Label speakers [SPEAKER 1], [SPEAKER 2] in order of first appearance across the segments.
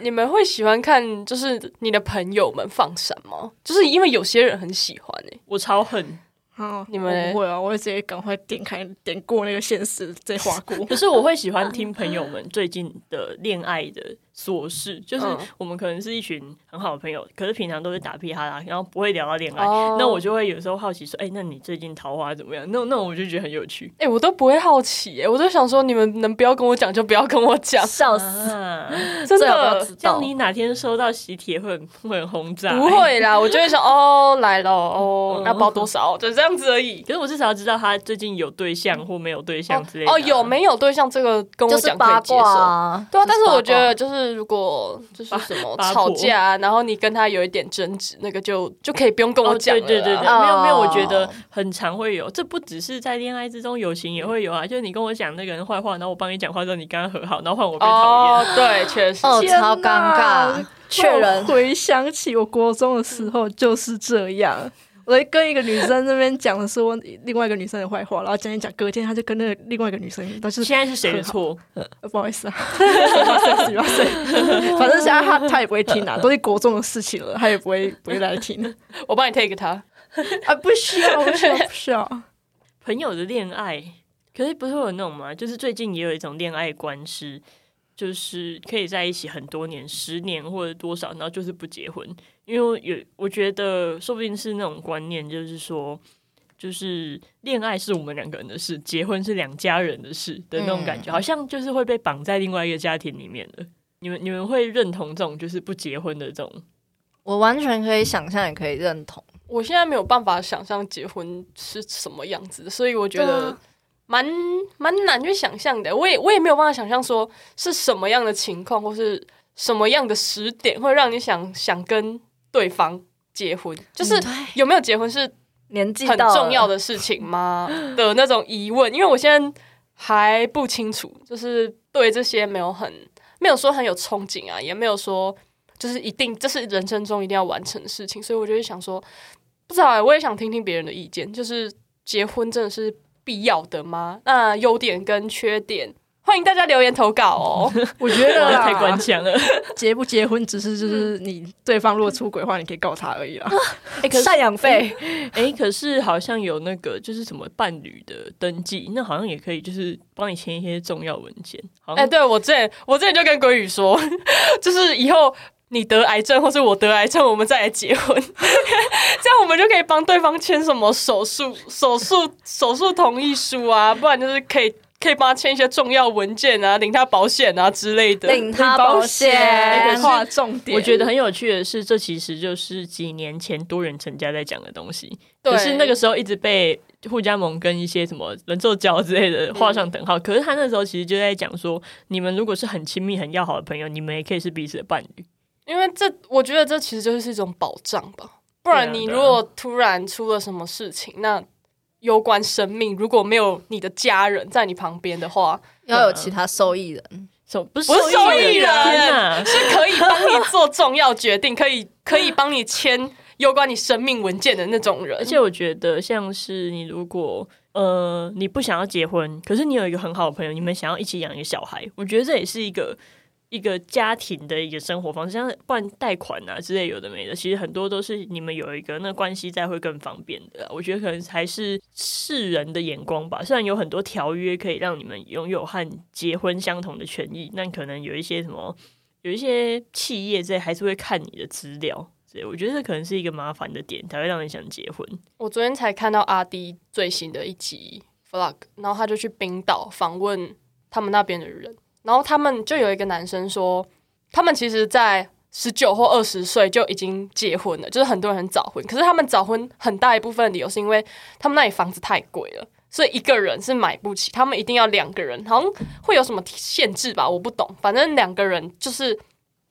[SPEAKER 1] 你们会喜欢看，就是你的朋友们放闪吗？就是因为有些人很喜欢欸诶、
[SPEAKER 2] 我超恨。
[SPEAKER 3] 哦，
[SPEAKER 1] 你们
[SPEAKER 3] 我不会啊？我会直接赶快点开点过那个现实，直接 划过。
[SPEAKER 2] 可是我会喜欢听朋友们最近的恋爱的琐事，就是
[SPEAKER 1] 嗯
[SPEAKER 2] 我们可能是一群很好的朋友，可是平常都是打屁哈啦，然后不会聊到恋爱。
[SPEAKER 1] 哦
[SPEAKER 2] 那我就会有时候好奇说，哎、那你最近桃花怎么样？那那我就觉得很有趣，
[SPEAKER 1] 哎、我都不会好奇诶、我都想说你们能不要跟我讲就不要跟我 讲，
[SPEAKER 3] 笑死！
[SPEAKER 2] 啊、
[SPEAKER 1] 真
[SPEAKER 3] 最好不要
[SPEAKER 1] 的
[SPEAKER 3] 知
[SPEAKER 2] 像
[SPEAKER 3] 道。
[SPEAKER 2] 你哪天收到喜帖会很会很轰炸、欸
[SPEAKER 1] 不会 啦，我就会想哦来了哦，要包多少，就这样子而已。
[SPEAKER 2] 可是我至少要知道他最近有对象或没有对象之类的啊、
[SPEAKER 1] 哦，有没有对象这个跟我
[SPEAKER 3] 就是
[SPEAKER 1] 讲可
[SPEAKER 3] 八
[SPEAKER 1] 以接
[SPEAKER 3] 卦
[SPEAKER 1] 受。
[SPEAKER 3] 啊，
[SPEAKER 1] 对啊，
[SPEAKER 3] 就
[SPEAKER 1] 但是
[SPEAKER 3] 八
[SPEAKER 1] 我觉
[SPEAKER 3] 卦
[SPEAKER 1] 得就是如果就是什么
[SPEAKER 2] 八八
[SPEAKER 1] 吵
[SPEAKER 2] 婆
[SPEAKER 1] 架啊，然后你跟他有一点争执，那个就就可以不用跟我讲了
[SPEAKER 2] 哦。
[SPEAKER 1] 啦、
[SPEAKER 2] 对对对对，
[SPEAKER 3] 哦
[SPEAKER 2] 没有没有，我觉得很常会有，这不只是在恋爱之中，友情也会有啊。就是你跟我讲那个人坏话，然后我帮你讲话之后，你跟他和好，然后换我被讨
[SPEAKER 1] 哦
[SPEAKER 2] 厌。，
[SPEAKER 1] 对，确实。
[SPEAKER 3] 哦，
[SPEAKER 2] 天
[SPEAKER 3] 超尴
[SPEAKER 2] 哪
[SPEAKER 3] 尬，确
[SPEAKER 2] 让
[SPEAKER 3] 认
[SPEAKER 2] 我
[SPEAKER 4] 回想起我国中的时候就是这样。我在跟一个女生那边讲的是我另外一个女生的坏话，然后讲一讲，隔天她就跟那个另外一个女生，但 是
[SPEAKER 2] 现在是谁的错？
[SPEAKER 4] 呃不好意思啊， 十八岁十八岁，反正现在她她也不会听啊，都是国中的事情了，她也不会不会来听
[SPEAKER 1] 我帮你 take 他。
[SPEAKER 4] 啊，不需要不需要不需要，
[SPEAKER 2] 朋友的恋爱，可是不是会有那种吗？就是最近也有一种恋爱观是，就是可以在一起很多年，十年或者多少，然后就是不结婚。因为我有，我觉得说不定是那种观念，就是说，就是恋爱是我们两个人的事，结婚是两家人的事的那种感觉，好像就是会被绑在另外一个家庭里面的。你们你们会认同这种就是不结婚的这种？
[SPEAKER 3] 我完全可以想象，也可以认同。
[SPEAKER 1] 我现在没有办法想象结婚是什么样子，所以我觉
[SPEAKER 3] 对
[SPEAKER 1] 得
[SPEAKER 3] 啊
[SPEAKER 1] 蛮蛮难去想象的。我也我也没有办法想象说是什么样的情况，或是什么样的时点会让你想想跟对方结婚，就是
[SPEAKER 3] 嗯对
[SPEAKER 1] 有没有结婚是
[SPEAKER 3] 年纪
[SPEAKER 1] 很
[SPEAKER 3] 到
[SPEAKER 1] 重要
[SPEAKER 3] 的，
[SPEAKER 1] 的事情吗？的那种疑问，因为我现在还不清楚，就是对这些没有很没有说很有憧憬啊，也没有说就是一定这是人生中一定要完成的事情，所以我就会想说，不知道、欸、我也想听听别人的意见，就是结婚真的是必要的吗？那优点跟缺点，欢迎大家留言投稿哦。
[SPEAKER 4] 我觉得
[SPEAKER 2] 哇太
[SPEAKER 4] 啦
[SPEAKER 2] 官，腔了。啊
[SPEAKER 4] 结不结婚只是就是你对方如果出轨的话，你可以告他而已 啦。
[SPEAKER 3] 赡养费
[SPEAKER 2] 哎、可是好像有那个就是什么伴侣的登记，那好像也可以，就是帮你签一些重要文件。好
[SPEAKER 1] 哎、
[SPEAKER 2] 像、
[SPEAKER 1] 对我之前我之前就跟鲑宇说， 就是以后你得癌症或是我得癌症，我们再来结婚， 这样我们就可以帮对方签什么手术手术手术同意书啊，不然就是可以可以帮他签一些重要文件啊，领他保险啊之类的。
[SPEAKER 3] 领他保
[SPEAKER 4] 那
[SPEAKER 3] 险
[SPEAKER 4] 个，划重点，
[SPEAKER 2] 我觉得很有趣的是，这其实就是几年前多元成家在讲的东西，
[SPEAKER 1] 对
[SPEAKER 2] 可是那个时候一直被互加盟跟一些什么人兽交之类
[SPEAKER 1] 嗯
[SPEAKER 2] 的画上等号。可是他那时候其实就在讲说，你们如果是很亲密、很要好的朋友，你们也可以是彼此的伴侣。
[SPEAKER 1] 因为这我觉得这其实就是一种保障吧，不然
[SPEAKER 2] 对啊
[SPEAKER 1] 你
[SPEAKER 2] 对啊
[SPEAKER 1] 如果突然出了什么事情，那。攸关生命，如果没有你的家人在你旁边的话，
[SPEAKER 3] 要有其他受益人。
[SPEAKER 2] 什么不是
[SPEAKER 1] 不是受益人
[SPEAKER 2] 啊天哪！
[SPEAKER 1] 是可以帮你做重要决定，可以可以帮你签有关你生命文件的那种人
[SPEAKER 2] 而。且我觉得，像是你如果呃你不想要结婚，可是你有一个很好的朋友，你们想要一起养一个小孩，我觉得这也是一个一个家庭的一个生活方式，像不然贷款啊之类有的没的，其实很多都是你们有一个那关系在会更方便的啊。我觉得可能还是世人的眼光吧，虽然有很多条约可以让你们拥有和结婚相同的权益，但可能有一些什么有一些企业在还是会看你的资料。所以我觉得这可能是一个麻烦的点，才会让人想结婚。
[SPEAKER 1] 我昨天才看到阿迪最新的一集 vlog，然后他就去冰岛访问他们那边的人，然后他们就有一个男生说，他们其实，在十九或二十岁就已经结婚了，就是很多人很早婚，可是他们早婚很大一部分理由是因为他们那里房子太贵了。所以一个人是买不起，他们一定要两个人，好像会有什么限制吧？我不懂，反正两个人就是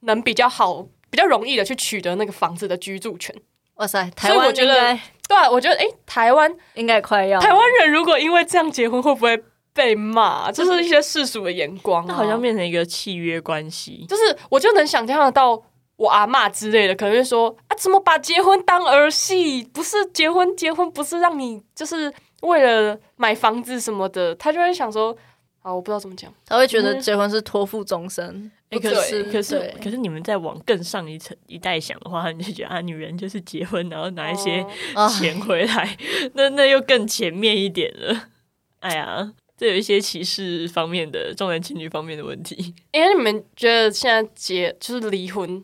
[SPEAKER 1] 能比较好、比较容易的去取得那个房子的居住权。
[SPEAKER 3] 哇塞，
[SPEAKER 1] 所以
[SPEAKER 3] 台
[SPEAKER 1] 我
[SPEAKER 3] 湾
[SPEAKER 1] 觉
[SPEAKER 3] 应
[SPEAKER 1] 得
[SPEAKER 3] 该
[SPEAKER 1] 对啊，我觉得诶，台湾
[SPEAKER 3] 应该快要
[SPEAKER 1] 台湾人如果因为这样结婚，会不会被骂？就是一些世俗的眼光、啊，
[SPEAKER 2] 那好像变成一个契约关系。
[SPEAKER 1] 就是我就能想象得到。我阿嬷之类的可能会说啊，怎么把结婚当儿戏？不是结婚，结婚不是让你就是为了买房子什么的。他就会想说，啊，我不知道怎么讲。
[SPEAKER 3] 他会觉得
[SPEAKER 1] 嗯
[SPEAKER 3] 结婚是托付终身，
[SPEAKER 2] 欸可
[SPEAKER 1] 对
[SPEAKER 2] 是可是
[SPEAKER 3] 对
[SPEAKER 2] 可是你们再往更上一层一代想的话，你就觉得啊，女人就是结婚，然后拿一些
[SPEAKER 1] 哦
[SPEAKER 3] 啊，
[SPEAKER 2] 钱回来， 那那又更前面一点了。哎呀，这有一些歧视方面的重男轻女方面的问题。
[SPEAKER 1] 因为你们觉得现在结就是离婚，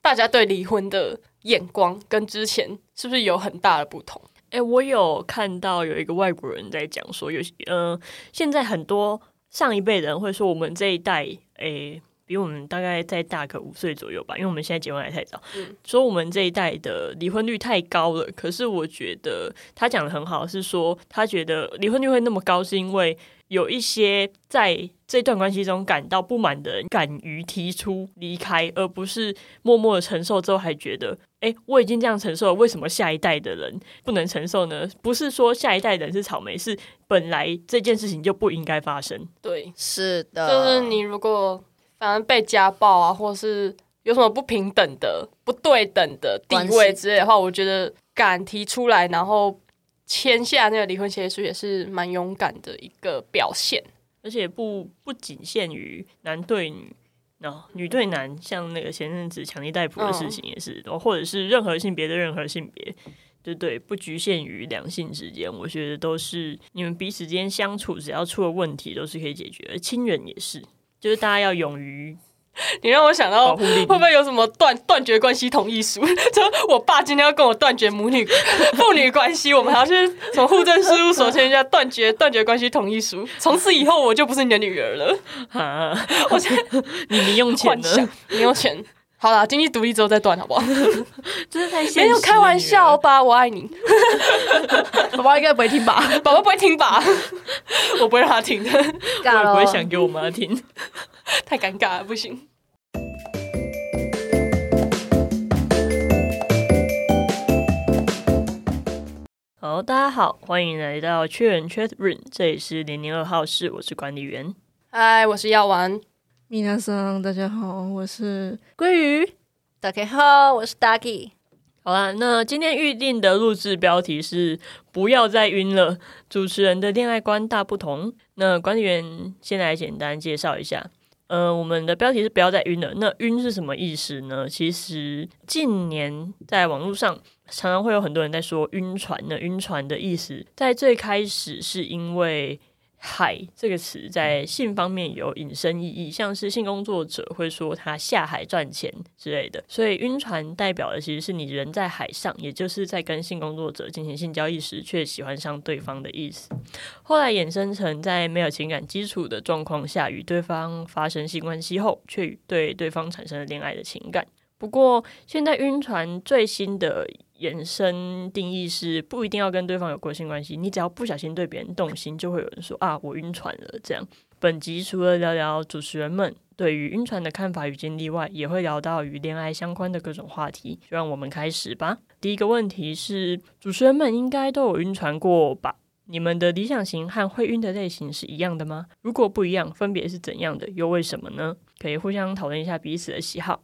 [SPEAKER 1] 大家对离婚的眼光跟之前是不是有很大的不同？
[SPEAKER 2] 哎、我有看到有一个外国人在讲说，有些呃，现在很多上一辈人会说我们这一代，哎、比我们大概再大个五岁左右吧，因为我们现在结婚还太早，
[SPEAKER 1] 嗯
[SPEAKER 2] 说我们这一代的离婚率太高了。可是我觉得他讲的很好，是说他觉得离婚率会那么高，是因为有一些在这段关系中感到不满的人，敢于提出离开，而不是默默的承受之后还觉得，哎、我已经这样承受了，为什么下一代的人不能承受呢？不是说下一代人是草莓，是本来这件事情就不应该发生。
[SPEAKER 1] 对，
[SPEAKER 3] 是的，
[SPEAKER 1] 就是你如果反正被家暴啊，或是有什么不平等的、不对等的地位
[SPEAKER 3] 关系
[SPEAKER 1] 之类的话，我觉得敢提出来，然后签下那个离婚协议书也是蛮勇敢的一个表现。
[SPEAKER 2] 而且不不仅限于男对女，然后女对男，像那个前阵子强力逮捕的事情也
[SPEAKER 1] 嗯
[SPEAKER 2] 是，哦或者是任何性别的任何性别，对对，不局限于两性之间，我觉得都是你们彼此之间相处，只要出了问题都是可以解决，而亲人也是，就是大家要勇于
[SPEAKER 1] 你让我想
[SPEAKER 2] 保
[SPEAKER 1] 到
[SPEAKER 2] 护另
[SPEAKER 1] 会
[SPEAKER 2] 一
[SPEAKER 1] 不会有什么断断绝关系同意书？ 就是我爸今天要跟我断绝母女 父女关系，我们还要去什么户政事务所签一下断绝断绝关系同意书，从此以后我就不是你的女儿了。
[SPEAKER 2] 啊，
[SPEAKER 1] 我现在
[SPEAKER 2] 你零用钱
[SPEAKER 1] 幻
[SPEAKER 2] 呢？
[SPEAKER 1] 想没有钱。好啦，经济独立之后再断好不好？
[SPEAKER 2] 就是太现实
[SPEAKER 1] 没有开玩笑，
[SPEAKER 2] 了
[SPEAKER 1] 吧，我爱 你。
[SPEAKER 4] 宝宝应该不会听吧？
[SPEAKER 1] 宝宝不会听吧？我不会让他听的，
[SPEAKER 2] 女儿，
[SPEAKER 3] 尬
[SPEAKER 2] 我也
[SPEAKER 3] 咯
[SPEAKER 2] 不会想给我妈听。
[SPEAKER 1] 太尴尬了，不行。
[SPEAKER 2] 好，大家好，欢迎来到缺人缺 room，这里是零零二号室，我是管理员。
[SPEAKER 1] 嗨，哎我是药丸。
[SPEAKER 4] 米娜桑，大家好，哦我是鲑鱼。
[SPEAKER 3] 打开后，我是 Ducky，
[SPEAKER 2] 好啦，那今天预定的录制标题是“不要再晕了”，主持人的恋爱观大不同。那管理员先来简单介绍一下。呃，我们的标题是“不要再晕了”。那晕是什么意思呢？其实近年在网络上常常会有很多人在说晕船呢。晕船的意思，在最开始是因为“海”这个词在性方面有引申意义，像是性工作者会说他下海赚钱之类的，所以晕船代表的其实是你人在海上，也就是在跟性工作者进行性交易时却喜欢上对方的意思。后来衍生成在没有情感基础的状况下，与对方发生性关系后，却与对对方产生了恋爱的情感。不过，现在晕船最新的衍生定义是不一定要跟对方有过性关系，你只要不小心对别人动心，就会有人说啊，我晕船了。这样，本集除了聊聊主持人们对于晕船的看法与经历外，也会聊到与恋爱相关的各种话题。就让我们开始吧。第一个问题是，主持人们应该都有晕船过吧？你们的理想型和会晕的类型是一样的吗？如果不一样，分别是怎样的？又为什么呢？可以互相讨论一下彼此的喜好。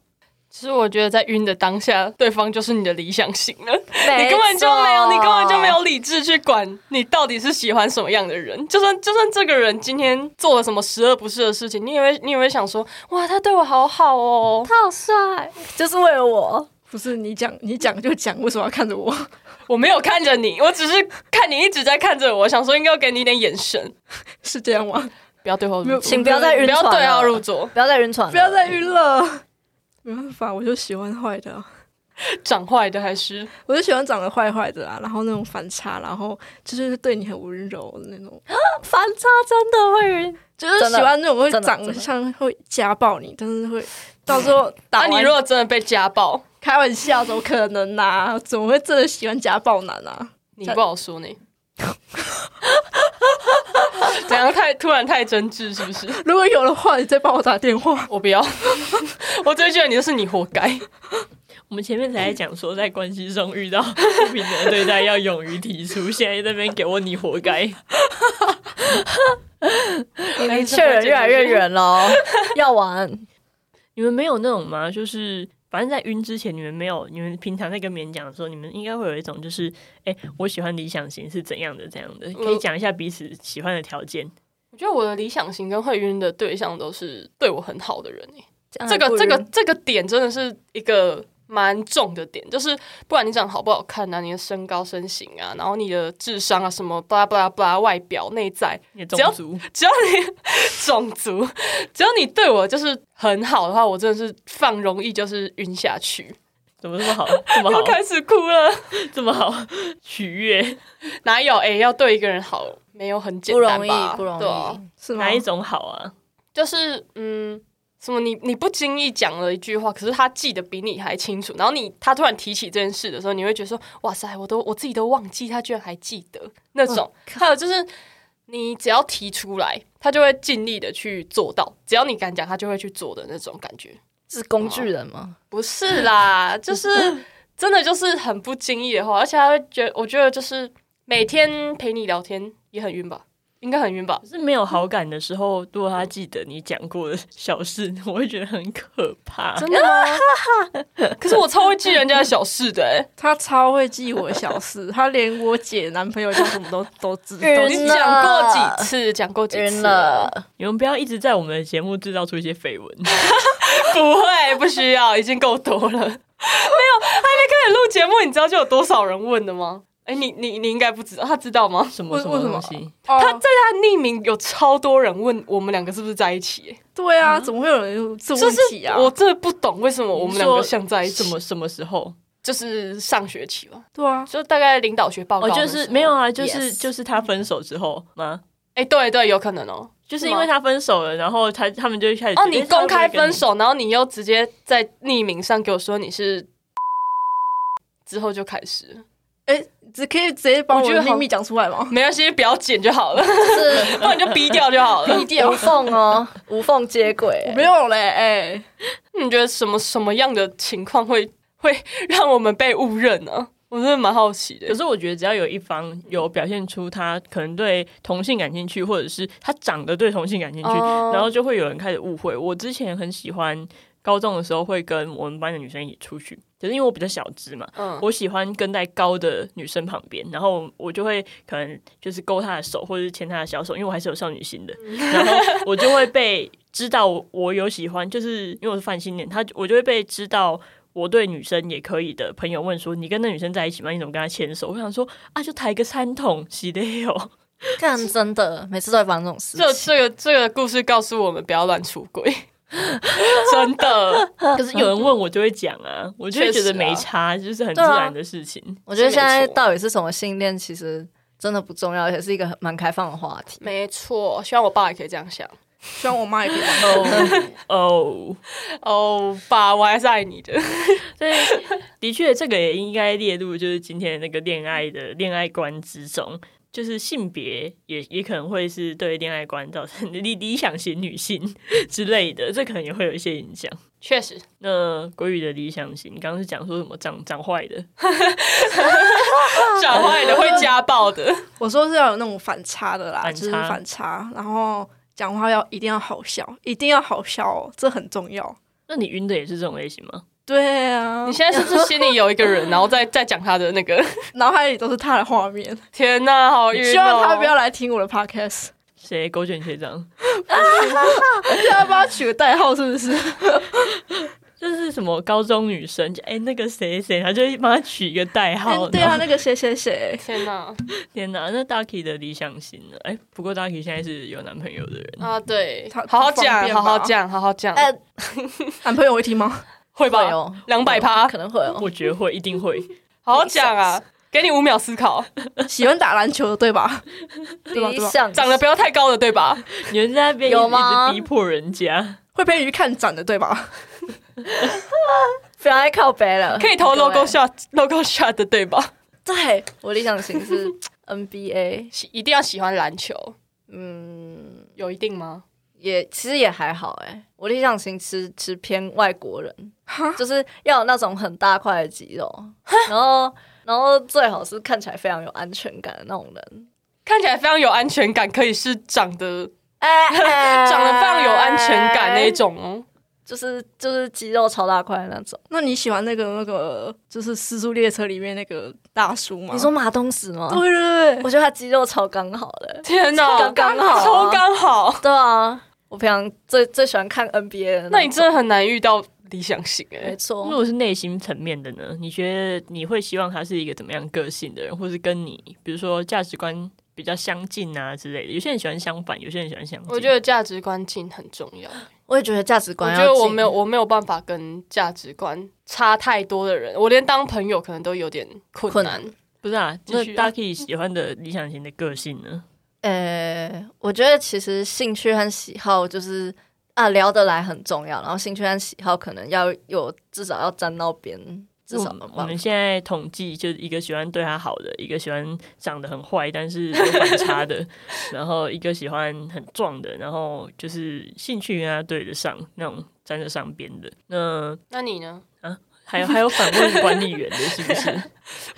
[SPEAKER 1] 其实我觉得在晕的当下，对方就是你的理想型了。 你
[SPEAKER 3] 你
[SPEAKER 1] 根本就没有，你根本哦就没有理智去管你到底是喜欢什么样的人。就算就算这个人今天做了什么十恶不赦的事情，你也会你也会想说，哇，他对我好好哦。
[SPEAKER 3] 他好帅，就是为了我。
[SPEAKER 4] 不是你讲，你讲就讲，为什么要看着我？
[SPEAKER 1] 我没有看着你，我只是看你一直在看着我，想说应该要给你一点眼神，
[SPEAKER 4] 是这样 吗？
[SPEAKER 1] 不要对号入
[SPEAKER 4] 没有
[SPEAKER 1] 座，
[SPEAKER 3] 请不要再晕
[SPEAKER 1] 不
[SPEAKER 3] 船
[SPEAKER 1] 要
[SPEAKER 3] 了，
[SPEAKER 1] 对号入座，
[SPEAKER 3] 不要再晕船了，
[SPEAKER 4] 不要再晕了。没办法，我就喜欢坏的啊、
[SPEAKER 1] 长坏的还是
[SPEAKER 4] 我就喜欢长得坏坏的啊，然后那种反差，然后就是对你很温柔的那 种，
[SPEAKER 3] 反差，真的会晕。
[SPEAKER 4] 就是
[SPEAKER 3] 真的
[SPEAKER 4] 喜欢那种会
[SPEAKER 3] 真的
[SPEAKER 4] 长
[SPEAKER 3] 真的
[SPEAKER 4] 像会家暴你，但是会到时候打
[SPEAKER 1] 啊，
[SPEAKER 4] 完、
[SPEAKER 1] 你如果真的被家暴，
[SPEAKER 4] 开玩笑，怎么可能呐、怎么会真的喜欢家暴男啊？
[SPEAKER 1] 你不好说呢。 怎样太突然太真挚是不 是？
[SPEAKER 4] 如果有的话，你再帮我打电话。
[SPEAKER 1] 我不要， 我最觉得你就是你活该。
[SPEAKER 2] 我们前面才在讲说，在关系中遇到不平等的对待要勇于提出， 现在在那边给我你活该。
[SPEAKER 3] 你离确人越来越远 喽，要玩
[SPEAKER 2] 你们没有那种吗？就是反正在晕之前，你们没有，你们平常在跟别人讲的时候，你们应该会有一种就是，哎、我喜欢理想型是怎样的这样的，可以讲一下彼此喜欢的条件。
[SPEAKER 1] 我觉得我的理想型跟会晕的对象都是对我很好的人、欸、
[SPEAKER 5] 样
[SPEAKER 1] 这
[SPEAKER 5] 还
[SPEAKER 1] 个
[SPEAKER 5] 不如
[SPEAKER 1] 这个这个点真的是一个蛮重的点，就是不管你长得好不好看啊，你的身高身形啊，然后你的智商啊，什么巴拉巴拉巴拉，外表内在，
[SPEAKER 2] 你的种
[SPEAKER 1] 只要
[SPEAKER 2] 族
[SPEAKER 1] 只要你 种族，只要你对我就是很好的话，我真的是放容易就是晕下去，
[SPEAKER 2] 怎么这么好，这么
[SPEAKER 1] 又
[SPEAKER 2] 好，
[SPEAKER 1] 开始哭了。
[SPEAKER 2] 这么好，取悦
[SPEAKER 1] 哪有？哎、要对一个人好，没有很简
[SPEAKER 5] 不
[SPEAKER 1] 单
[SPEAKER 5] 容易
[SPEAKER 1] 吧？，
[SPEAKER 5] 不容
[SPEAKER 1] 对啊
[SPEAKER 5] 易。
[SPEAKER 4] 是吗
[SPEAKER 2] 哪？一种好啊？
[SPEAKER 1] 就是嗯，什么你你不经意讲了一句话，可是他记得比你还清楚。然后你他突然提起这件事的时候，你会觉得说，哇塞，我都我自己都忘记，他居然还记得那
[SPEAKER 5] 哦
[SPEAKER 1] 种。还有就是，你只要提出来，他就会尽力的去做到。只要你敢讲，他就会去做的那种感觉。
[SPEAKER 5] 是工具人吗？
[SPEAKER 1] 不是 啦，就是真的就是很不经意的话，而且他会觉得，我觉得就是每天陪你聊天也很晕吧，应该很晕吧
[SPEAKER 2] 可。是没有好感的时候，如果他记得你讲过的小事，我会觉得很可
[SPEAKER 4] 啊
[SPEAKER 2] 怕。
[SPEAKER 1] 真的吗？ 可是我超会记人家的小事的、欸，
[SPEAKER 4] 他超会记我小事，他连我姐男朋友叫什么都都知道。哦
[SPEAKER 5] 嗯
[SPEAKER 1] 你讲过几次？讲过几
[SPEAKER 5] 晕
[SPEAKER 1] 次？
[SPEAKER 5] 了，
[SPEAKER 2] 你们不要一直在我们的节目制造出一些绯 闻。
[SPEAKER 1] 不会，不需要，已经够多了。没有， 还没开始录节目，你知道就有多少人问的吗？哎、你你你应该不知道，他知道吗？
[SPEAKER 2] 什么
[SPEAKER 4] 为
[SPEAKER 2] 什么
[SPEAKER 4] 为什
[SPEAKER 2] 东
[SPEAKER 4] 么
[SPEAKER 2] 西？
[SPEAKER 1] 他
[SPEAKER 4] 他
[SPEAKER 1] 在他匿名有超多人问我们两个是不是在一起、欸
[SPEAKER 4] 对啊，怎么会有人有这
[SPEAKER 1] 就
[SPEAKER 4] 问
[SPEAKER 1] 是
[SPEAKER 4] 题啊？
[SPEAKER 1] 我真的不懂为什么我们两个像在一起，
[SPEAKER 2] 什么什么时候？
[SPEAKER 1] 就是上学期吧，
[SPEAKER 4] 对啊，
[SPEAKER 1] 就大概领导学报告
[SPEAKER 2] 哦，
[SPEAKER 1] 那时候，
[SPEAKER 2] 就是没有啊，就是
[SPEAKER 5] Yes
[SPEAKER 2] 就是他分手之后吗？
[SPEAKER 1] 哎、对对，有可能哦。
[SPEAKER 2] 就是因为他分手了，然后他他们就开始
[SPEAKER 1] 哦，你
[SPEAKER 2] 诶
[SPEAKER 1] 公开
[SPEAKER 2] 他会不会跟
[SPEAKER 1] 分
[SPEAKER 2] 你
[SPEAKER 1] 手，然后你又直接在匿名上给我说你是，之后就开始，
[SPEAKER 4] 哎，只可以直接把
[SPEAKER 1] 我
[SPEAKER 4] 我
[SPEAKER 1] 觉得
[SPEAKER 4] 的
[SPEAKER 1] 好
[SPEAKER 4] 秘密讲出来吗？
[SPEAKER 1] 没关系，不要剪就好了，
[SPEAKER 5] 是
[SPEAKER 1] 不然就逼掉就好了。
[SPEAKER 5] 无缝哦，无缝接轨
[SPEAKER 4] 我。没有嘞，哎，
[SPEAKER 1] 你觉得什么什么样的情况会会让我们被误认呢、我真的蛮好奇的
[SPEAKER 2] 可。是我觉得，只要有一方有表现出他可能对同性感兴趣，或者是他长得对同性感兴趣，
[SPEAKER 1] 哦
[SPEAKER 2] 然后就会有人开始误会。我之前很喜欢高中的时候，会跟我们班的女生一起出去，可是因为我比较小只嘛，
[SPEAKER 1] 嗯，
[SPEAKER 2] 我喜欢跟在高的女生旁边，然后我就会可能就是勾她的手，或者是牵她的小手，因为我还是有少女心的，
[SPEAKER 1] 嗯
[SPEAKER 2] 然后我就会被知道我有喜欢，就是因为我是泛性恋，他我就会被知道。我对女生也可以的朋友问说：“你跟那女生在一起吗？你怎么跟她牵手？”我想说啊，就抬个三桶，洗的哟。
[SPEAKER 5] 看，真的，每次都会发生这种事
[SPEAKER 1] 这
[SPEAKER 5] 情。
[SPEAKER 1] 这个这个故事告诉我们不要乱出轨，真的。
[SPEAKER 2] 可是有人问我就嗯会讲啊，我就会觉
[SPEAKER 1] 确实
[SPEAKER 2] 得
[SPEAKER 1] 啊
[SPEAKER 2] 没差，就是很自
[SPEAKER 5] 对啊
[SPEAKER 2] 然的事情。
[SPEAKER 5] 我觉得现在
[SPEAKER 1] 是没错
[SPEAKER 5] 到底是什么信念，其实真的不重要，而且是一个很蛮开放的话题。
[SPEAKER 1] 没错，希望我爸也可以这样想。
[SPEAKER 4] 希望我妈也可以。
[SPEAKER 2] 哦，
[SPEAKER 1] 哦，爸，我还是爱你的。
[SPEAKER 2] 对，的确，这个也应该列入就是今天的那个恋爱的恋爱观之中，就是性别也也可能会是对恋爱观造成 理理想型女性 之类的，这可能也会有一些影响。
[SPEAKER 1] 确实，
[SPEAKER 2] 那国语的理想型，你刚刚是讲说什么长长坏的，
[SPEAKER 1] 讲坏的会家暴的，
[SPEAKER 4] 我说是要有那种反差的啦，
[SPEAKER 2] 反差
[SPEAKER 4] 就是反差，然后讲话要一定要好笑，一定要好笑哦，这很重要。
[SPEAKER 2] 那你晕的也是这种类型吗？
[SPEAKER 4] 对 啊
[SPEAKER 1] 你，现在是不是心里有一个人，然后再再讲他的那 个？
[SPEAKER 4] 脑海里都是他的画面，
[SPEAKER 1] 天哪，好晕、哦！
[SPEAKER 4] 希望他不要来听我的 podcast，
[SPEAKER 2] 谁狗卷学长？
[SPEAKER 4] 叫他帮他取个代号是不 是？
[SPEAKER 2] 这是什么高中女生？就哎、那个谁谁，他就会帮他取一个代号。
[SPEAKER 4] 对
[SPEAKER 2] 然
[SPEAKER 4] 啊，
[SPEAKER 2] 后，
[SPEAKER 4] 那个谁谁谁，
[SPEAKER 1] 天哪
[SPEAKER 2] 天哪！那 Ducky 的理想型呢？哎、不过 Ducky 现在是有男朋友的人，
[SPEAKER 1] 啊！对，
[SPEAKER 4] 他
[SPEAKER 1] 好好
[SPEAKER 4] 不方
[SPEAKER 1] 讲，
[SPEAKER 4] 便
[SPEAKER 1] 好
[SPEAKER 4] 吧
[SPEAKER 1] 好讲，好好讲，
[SPEAKER 5] 哎
[SPEAKER 4] 男朋友会听 吗？
[SPEAKER 1] 呃会吧
[SPEAKER 5] 会哦？
[SPEAKER 1] 两百趴
[SPEAKER 5] 可，能会哦。
[SPEAKER 2] 我觉得会，一定会。
[SPEAKER 1] 好好讲啊！给你五秒思考，
[SPEAKER 4] 喜欢打篮球的对吧？对吧？
[SPEAKER 5] 理
[SPEAKER 4] 对吧？
[SPEAKER 5] 想
[SPEAKER 1] 长得不要太高的，对 吧？
[SPEAKER 2] 你们在那边一直
[SPEAKER 5] 有吗
[SPEAKER 2] 一直逼迫人家，
[SPEAKER 4] 会陪你去看展的对吧？
[SPEAKER 5] 不要再靠背了，
[SPEAKER 1] 可以投
[SPEAKER 5] 各位
[SPEAKER 1] logo shot、logo shot 的，对吧？
[SPEAKER 5] 对 我理想型是 NBA，
[SPEAKER 1] 喜一定要喜欢篮球，
[SPEAKER 5] 嗯，
[SPEAKER 1] 有一定吗？
[SPEAKER 5] 也其实也还好哎、我理想型其实其实偏外国人，就是要有那种很大块的肌肉，然后然后最好是看起来非常有安全感的那种人。
[SPEAKER 1] 看起来非常有安全感，可以是长得
[SPEAKER 5] 哎、
[SPEAKER 1] 长得非常有安全感那一，种哦。
[SPEAKER 5] 就是就是肌肉超大块的那种。
[SPEAKER 4] 那你喜欢那个那个就是《失速列车》里面那个大叔吗？
[SPEAKER 5] 你说马东石吗？
[SPEAKER 4] 对对对，
[SPEAKER 5] 我觉得他肌肉超刚好的，
[SPEAKER 1] 天哪，
[SPEAKER 5] 超刚好啊
[SPEAKER 1] 超刚好！
[SPEAKER 5] 对啊，我我平常最最喜欢看 NBA 的种。
[SPEAKER 1] 那你真的很难遇到理想型哎、
[SPEAKER 5] 没
[SPEAKER 2] 如
[SPEAKER 5] 错，
[SPEAKER 2] 果是内心层面的呢？你觉得你会希望他是一个怎么样个性的人，或是跟你比如说价值观比较相近啊之类的？有些人喜欢相反，有些人喜欢相近。
[SPEAKER 1] 我觉得价值观近很重要。
[SPEAKER 5] 我也觉得价值
[SPEAKER 1] 我
[SPEAKER 5] 观
[SPEAKER 1] 觉
[SPEAKER 5] 要
[SPEAKER 1] 得我
[SPEAKER 5] 进
[SPEAKER 1] 没有，我没有办法跟价值观差太多的人，我连当朋友可能都有点困
[SPEAKER 5] 困
[SPEAKER 1] 难。
[SPEAKER 5] 难
[SPEAKER 2] 不是啊，
[SPEAKER 1] 继
[SPEAKER 2] 那
[SPEAKER 1] 续啊
[SPEAKER 2] Ducky 喜欢的理想型的个性呢？
[SPEAKER 5] 呃，我觉得其实兴趣和喜好就是啊聊得来很重要，然后兴趣和喜好可能要有至少要沾到边，至
[SPEAKER 2] 我
[SPEAKER 5] 少有
[SPEAKER 2] 我
[SPEAKER 5] 办
[SPEAKER 2] 们
[SPEAKER 5] 法
[SPEAKER 2] 现在统计，就是一个喜欢对他好的，一个喜欢长得很坏但是有反差 的，然后一个喜欢很壮的，然后就是兴趣跟他对得上那种沾得上边的。那
[SPEAKER 1] 那你呢？
[SPEAKER 2] 还有还有反问管理员的，是不是？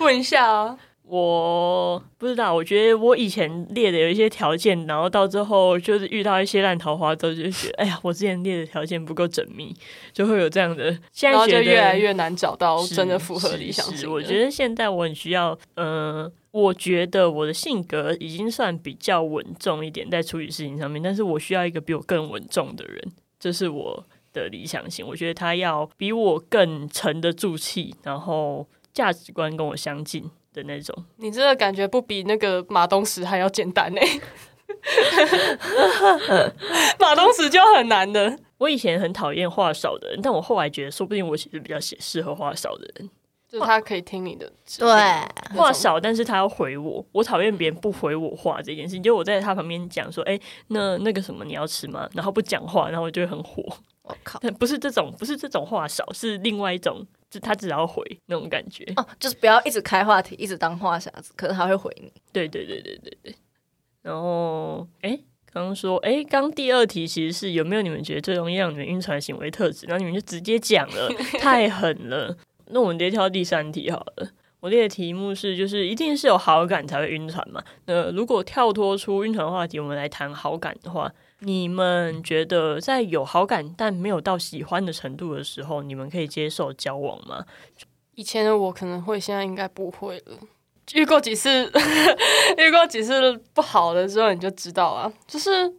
[SPEAKER 1] 问一下啊，
[SPEAKER 2] 我不知道，我觉得我以前列的有一些条件，然后到最后就是遇到一些烂桃花之后，就觉得哎呀，我之前列的条件不够缜密，就会有这样的。现
[SPEAKER 1] 然
[SPEAKER 2] 在
[SPEAKER 1] 后
[SPEAKER 2] 觉
[SPEAKER 1] 就
[SPEAKER 2] 得
[SPEAKER 1] 越来越难找到
[SPEAKER 2] 是
[SPEAKER 1] 哦真的符合理想
[SPEAKER 2] 是
[SPEAKER 1] 型
[SPEAKER 2] 是
[SPEAKER 1] 的。
[SPEAKER 2] 我觉得现在我很需要，呃，我觉得我的性格已经算比较稳重一点，在处理事情上面，但是我需要一个比我更稳重的人，这是我的理想型。我觉得他要比我更沉得住气，然后价值观跟我相近的那种。
[SPEAKER 1] 你这个感觉不比那个马东石还要简单呢、马东石就很难的，
[SPEAKER 2] 我以前很讨厌话少的人，但我后来觉得，说不定我其实比较适适合话少的人。
[SPEAKER 1] 就是他可以听你的指
[SPEAKER 5] 对
[SPEAKER 1] 令。
[SPEAKER 2] 话少，但是他要回我，我讨厌别人不回我话这件事情。就我在他旁边讲说，哎、那那个什么你要吃吗？然后不讲话，然后我就会很火。
[SPEAKER 5] 我靠
[SPEAKER 2] 但不是这种，不是这种话少，是另外一种，就他只要回那种感觉。
[SPEAKER 5] 哦，就是不要一直开话题，一直当话匣子，可是他会回你。
[SPEAKER 2] 对对对对对对。然后，哎、刚刚说，哎、刚第二题其实是有没有你们觉得最容易让你们晕船的行为特质？然后你们就直接讲了，太狠了。那我们直接跳第三题好了。我列的题目是，就是一定是有好感才会晕船嘛？那如果跳脱出晕船话题，我们来谈好感的话，你们觉得在有好感但没有到喜欢的程度的时候，你们可以接受交往吗？
[SPEAKER 1] 以前的我可能会，现在应该不会了。遇过几次， 遇过几次不好的之后，你就知道啊。就是，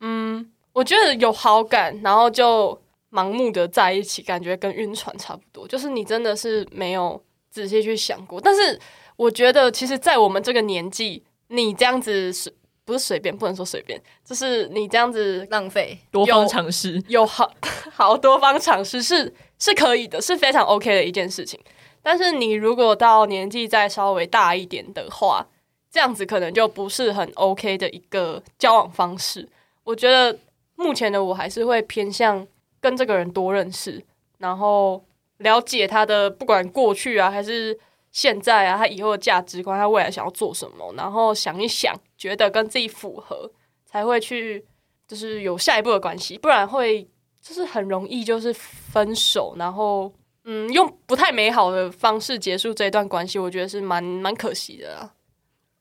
[SPEAKER 1] 嗯，我觉得有好感，然后就盲目的在一起，感觉跟晕船差不多。就是你真的是没有仔细去想过。但是我觉得，其实，在我们这个年纪，你这样子随不是随便，不能说随便，就是你这样子
[SPEAKER 5] 浪费，
[SPEAKER 2] 多
[SPEAKER 1] 有
[SPEAKER 2] 方尝试，
[SPEAKER 1] 有好 好多方尝试是是可以的，是非常 OK 的一件事情。但是你如果到年纪再稍微大一点的话，这样子可能就不是很 OK 的一个交往方式。我觉得目前的我还是会偏向跟这个人多认识，然后了解他的不管过去啊还是现在啊，他以后的价值观，他未来想要做什么，然后想一想，觉得跟自己符合，才会去就是有下一步的关系，不然会就是很容易就是分手，然后嗯，用不太美好的方式结束这一段关系，我觉得是蛮蛮可惜的啊。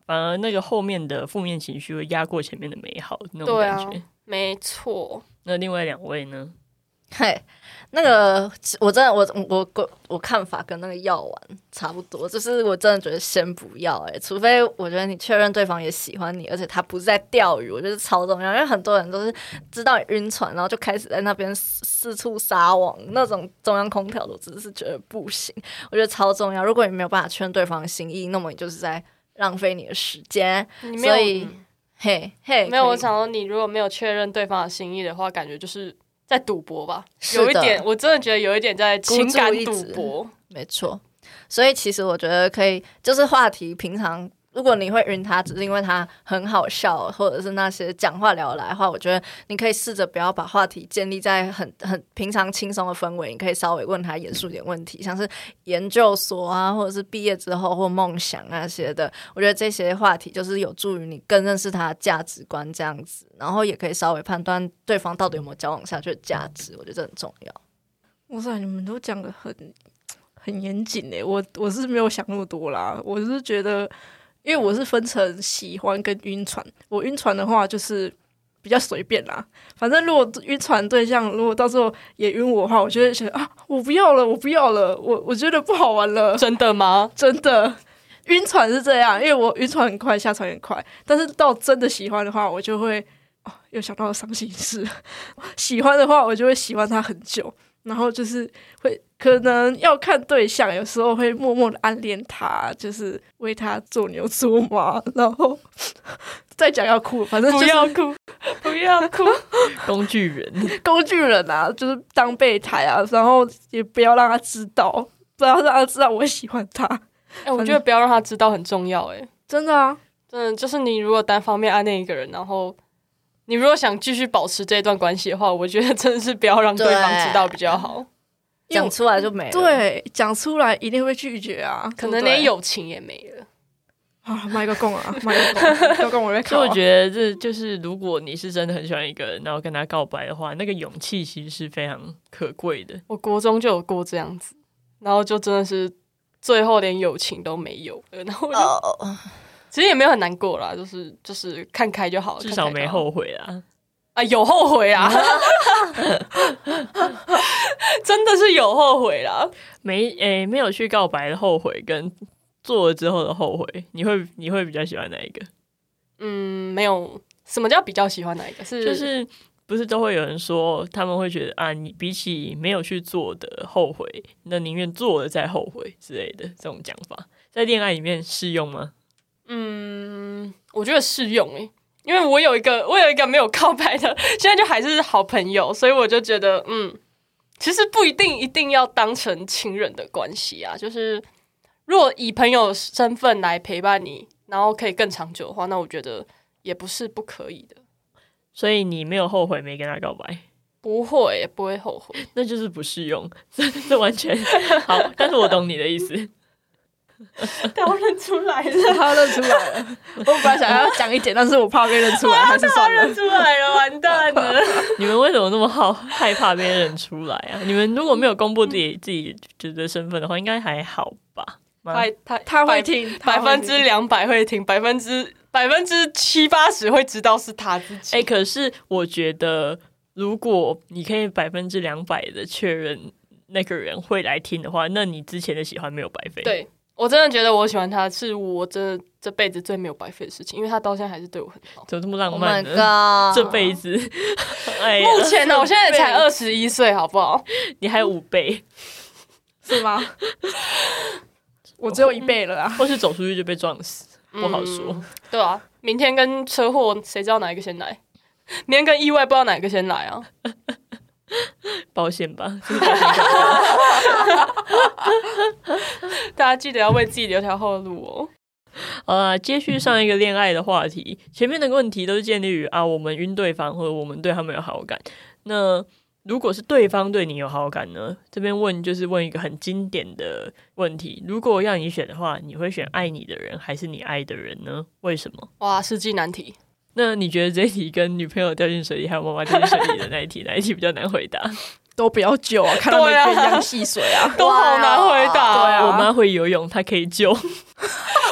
[SPEAKER 2] 反而那个后面的负面情绪会压过前面的美好那种
[SPEAKER 1] 对
[SPEAKER 2] 感
[SPEAKER 1] 啊
[SPEAKER 2] 觉。
[SPEAKER 1] 没错，
[SPEAKER 2] 那另外两位呢？
[SPEAKER 5] 嘿，那个我真的我我我我看法跟那个药丸差不多，就是我真的觉得先不要哎、除非我觉得你确认对方也喜欢你，而且他不是在钓鱼，我觉得超重要，因为很多人都是知道你晕船，然后就开始在那边四四处撒网，那种中央空调的我真的是觉得不行，我觉得超重要。如果你没有办法确认对方的心意，那么你就是在浪费你的时间。
[SPEAKER 1] 你没有
[SPEAKER 5] 所以，嘿嘿，
[SPEAKER 1] 没有，
[SPEAKER 5] 可以
[SPEAKER 1] 我想说你如果没有确认对方的心意的话，感觉就是在赌博吧，
[SPEAKER 5] 是的
[SPEAKER 1] 有一点，我真的觉得有一点在情感赌
[SPEAKER 5] 孤注一
[SPEAKER 1] 博。
[SPEAKER 5] 没错，所以其实我觉得可以，就是话题平常。如果你会晕他，只是因为他很好笑，或者是那些讲话聊得来的话，我觉得你可以试着不要把话题建立在很很平常轻松的氛围，你可以稍微问他严肃一点问题，像是研究所啊，或者是毕业之后或梦想那些的。我觉得这些话题就是有助于你更认识他的价值观这样子，然后也可以稍微判断对方到底有没有交往下去的价值，我觉得这很重要。
[SPEAKER 4] 哇塞，你们都讲的很很严谨诶，我我是没有想那么多啦，我是觉得，因为我是分成喜欢跟晕船，我晕船的话就是比较随便啦，反正如果晕船对象如果到时候也晕我的话，我就会觉得啊，我不要了，我不要了，我我觉得不好玩了，
[SPEAKER 1] 真的 吗？
[SPEAKER 4] 真的。晕船是这样，因为我晕船很快，下船很快。但是到真的喜欢的话，我就会哦，又想到了伤心事。 喜欢的话，我就会喜欢他很久，然后就是会可能要看对象，有时候会默默的暗恋他，就是为他做牛做马，然后再讲要哭了，反正就
[SPEAKER 2] 不
[SPEAKER 4] 是
[SPEAKER 2] 要哭， 不要哭， 工具 人，
[SPEAKER 4] 工具人啊，就是当备胎啊，然后也不要让他知道，不要让他知道我喜欢他，
[SPEAKER 1] 哎、我觉得不要让他知道很重要、哎，
[SPEAKER 4] 真的啊，
[SPEAKER 1] 真的就是你如果单方面暗恋一个人，然后你如果想继续保持这段关系的话，我觉得真的是不要让对方知道比较好，
[SPEAKER 4] 因为我
[SPEAKER 5] 讲出来就没了。，
[SPEAKER 4] 对，讲出来一定会拒绝啊，
[SPEAKER 1] 可能
[SPEAKER 4] 对不对
[SPEAKER 1] 连友情也没了。
[SPEAKER 4] 啊，卖个 供啊，卖个供，都跟我在
[SPEAKER 2] 所
[SPEAKER 4] 考、
[SPEAKER 2] 以
[SPEAKER 4] 啊
[SPEAKER 2] 我。觉得这就是，如果你是真的很喜欢一个人，然后跟他告白的话，那个勇气其实是非常可贵的。
[SPEAKER 1] 我国中就有过这样子，然后就真的是最后连友情都没有了，然后我就、
[SPEAKER 5] 哦，
[SPEAKER 1] 其实也没有很难过啦，就是就是看开就好了，
[SPEAKER 2] 至少
[SPEAKER 1] 看开
[SPEAKER 2] 没
[SPEAKER 1] 就好
[SPEAKER 2] 后悔啊！
[SPEAKER 1] 啊，有后悔啊，真的是有后悔啦。
[SPEAKER 2] 没诶、没有去告白的后悔，跟做了之后的后悔，你会你会比较喜欢哪一个？
[SPEAKER 1] 嗯，没有什么叫比较喜欢哪一个，是
[SPEAKER 2] 就是不是都会有人说，他们会觉得啊，你比起没有去做的后悔，那宁愿做了再后悔之类的这种讲法，在恋爱里面适用吗？
[SPEAKER 1] 嗯，我觉得适用诶、因为我有一个我有一个没有告白的， 现在就还是好朋友，所以我就觉得嗯，其实不一定一定要当成亲人的关系啊，就是如果以朋友身份来陪伴你，然后可以更长久的话，那我觉得也不是不可以的，
[SPEAKER 2] 所以你没有后悔没跟他告白，
[SPEAKER 1] 不会不会后 悔。
[SPEAKER 2] 那就是不适用，这这完全好。但是我懂你的意思，
[SPEAKER 1] 但我认出来 了，
[SPEAKER 4] 他认出来了，我本来想要讲一点，但是我怕被认出来，还是算了。
[SPEAKER 1] 认出来了，完蛋了。
[SPEAKER 2] 你们为什么那么好害怕被认出来啊？你们如果没有公布自己自己觉得身份的话，应该还好吧？吗
[SPEAKER 1] 他他
[SPEAKER 4] 他
[SPEAKER 1] 百
[SPEAKER 4] 会听，
[SPEAKER 1] 百
[SPEAKER 4] 他会
[SPEAKER 1] 分
[SPEAKER 4] 听
[SPEAKER 1] 之两百会听，百分之百分之七八十会知道是他自己。
[SPEAKER 2] 哎、可是我觉得，如果你可以百分之两百的确认那个人会来听的话，那你之前的喜欢没有白费。，
[SPEAKER 1] 对我真的觉得我喜欢他，是我真的这辈子最没有白费的事情，因为他到现在还是对我很好。
[SPEAKER 2] 怎么这么
[SPEAKER 5] Oh
[SPEAKER 2] 浪
[SPEAKER 5] my
[SPEAKER 2] 漫
[SPEAKER 5] god！
[SPEAKER 2] 呢？这辈子， 哎呀，
[SPEAKER 1] 目前 呢，我现在才二十一岁，好不好？
[SPEAKER 2] 你还有五倍，
[SPEAKER 4] 是吗？我只有一倍了啊！
[SPEAKER 2] 或是走出去就被撞死，不好说。
[SPEAKER 1] 嗯对啊， 明天跟车祸，谁知道哪一个先来？明天跟意外，不知道哪个先来啊？
[SPEAKER 2] 保险吧，
[SPEAKER 1] 大家记得要为自己留条后路哦。
[SPEAKER 2] 呃，接续上一个恋爱的话题，前面的问题都是建立于啊，我们晕对方或者我们对他们有好感。那如果是对方对你有好感呢？这边问就是问一个很经典的问题：如果让你选的话，你会选爱你的人还是你爱的人呢？为什么？
[SPEAKER 1] 哇，世纪难题，
[SPEAKER 2] 那你觉得这一题跟女朋友掉进水里还有妈妈掉进水里的那 一题，哪一题比较难回答？
[SPEAKER 4] 都比较久啊，看到
[SPEAKER 1] 对啊
[SPEAKER 4] 那边样戏水啊，
[SPEAKER 1] 都好难
[SPEAKER 5] 哦
[SPEAKER 1] 回答。
[SPEAKER 4] 对啊
[SPEAKER 2] 我妈会游泳，她可以救。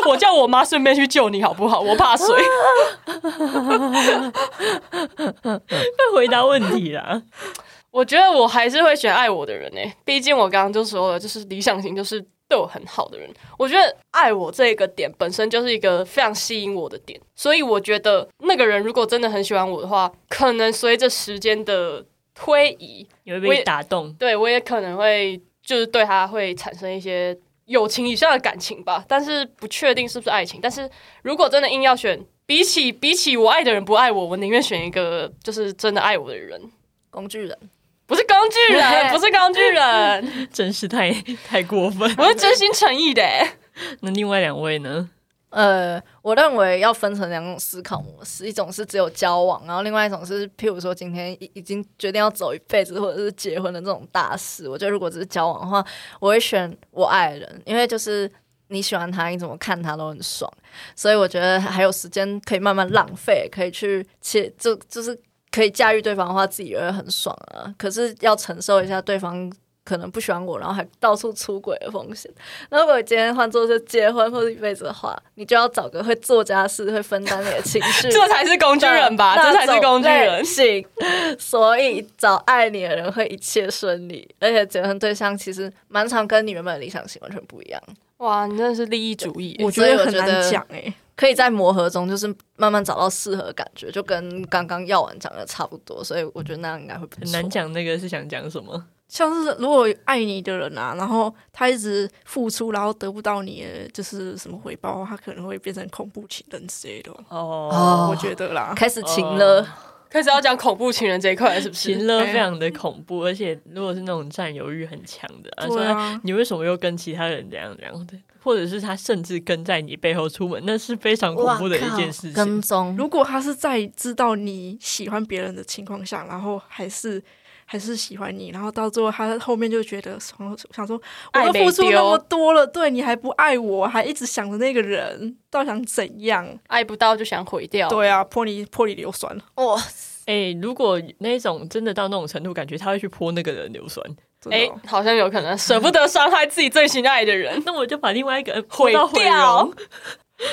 [SPEAKER 1] 我叫我妈顺便去救你好不好？我怕水。
[SPEAKER 2] 会回答问题啦。
[SPEAKER 1] 我觉得我还是会选爱我的人呢、毕竟我刚刚就说了，就是理想型就是对我很好的人。我觉得爱我这个点本身就是一个非常吸引我的点，所以我觉得那个人如果真的很喜欢我的话，可能随着时间的推移，
[SPEAKER 2] 你会
[SPEAKER 1] 我也
[SPEAKER 2] 被打动，
[SPEAKER 1] 对我也可能会就是对他会产生一些友情以上的感情吧，但是不确定是不是爱情。但是如果真的硬要选，比起比起我爱的人不爱我，我宁愿选一个就是真的爱我的人，
[SPEAKER 5] 工具人，
[SPEAKER 1] 不是工具人，不是工具人，
[SPEAKER 2] 真是太太过分。
[SPEAKER 1] 我是真心诚意的、欸。
[SPEAKER 2] 那另外两位呢？
[SPEAKER 5] 呃，我认为要分成两种思考模式，一种是只有交往，然后另外一种是，譬如说今天已已经决定要走一辈子，或者是结婚的这种大事。我觉得如果只是交往的话，我会选我爱的人，因为就是你喜欢他，你怎么看他都很爽，所以我觉得还有时间可以慢慢浪费，可以去切，就就是可以驾驭对方的话，自己也会很爽啊。可是要承受一下对方。可能不喜欢我，然后还到处出轨的风险。那如果今天换做是结婚或者一辈子的话，你就要找个会做家事、会分担你的情 绪，
[SPEAKER 1] 这才是工具人吧，
[SPEAKER 5] 那
[SPEAKER 1] 这才是工具人。
[SPEAKER 5] 性。所以找爱你的人会一切顺利，而且结婚对象其实蛮常跟你原本的理想型完全不一样。
[SPEAKER 1] 哇，你真的是利益主义欸、
[SPEAKER 4] 我觉
[SPEAKER 5] 嗯所以
[SPEAKER 4] 得
[SPEAKER 5] 我
[SPEAKER 4] 很
[SPEAKER 5] 觉得
[SPEAKER 4] 难讲哎。
[SPEAKER 5] 可以在磨合中，就是慢慢找到适合的感觉，就跟刚刚药丸讲的差不多，所以我觉得那样应该会不错
[SPEAKER 2] 很难。讲那个是想讲什么。
[SPEAKER 4] 像是如果有爱你的人啊，然后他一直付出，然后得不到你的就是什么回报，他可能会变成恐怖情人之类的哦。
[SPEAKER 2] 哦，
[SPEAKER 5] 哦
[SPEAKER 4] 我觉得啦，
[SPEAKER 5] 开始情
[SPEAKER 4] 哦
[SPEAKER 5] 了，
[SPEAKER 1] 开始要讲恐怖情人这一块了是不是？
[SPEAKER 2] 情勒
[SPEAKER 4] 哎
[SPEAKER 2] 非常的恐怖，而且如果是那种占有欲很强的，啊，说
[SPEAKER 4] 对啊
[SPEAKER 2] 你为什么又跟其他人怎样怎样的，或者是他甚至跟在你背后出门，那是非常恐怖的一件事
[SPEAKER 5] 哇靠跟
[SPEAKER 2] 情。
[SPEAKER 5] 踪
[SPEAKER 4] 如果他是在知道你喜欢别人的情况下，然后还是还是喜欢你，然后到最后他后面就觉得想想说，我
[SPEAKER 1] 爱
[SPEAKER 4] 都
[SPEAKER 1] 没
[SPEAKER 4] 付出那
[SPEAKER 1] 丢
[SPEAKER 4] 么多了，对你还不爱我，还一直想着那个人，到底想怎样？
[SPEAKER 1] 爱不到就想毁掉，
[SPEAKER 4] 对啊，泼你泼你硫酸，
[SPEAKER 5] 哇，
[SPEAKER 2] 哎、如果那种真的到那种程度，感觉他会去泼那个人的硫酸，
[SPEAKER 4] 真的
[SPEAKER 1] 哎、
[SPEAKER 4] 哦
[SPEAKER 1] 好像有可能舍不得伤害自己最心爱的人，
[SPEAKER 2] 那我就把另外一个人呃泼
[SPEAKER 1] 毁
[SPEAKER 2] 到毁
[SPEAKER 1] 掉
[SPEAKER 2] 容。，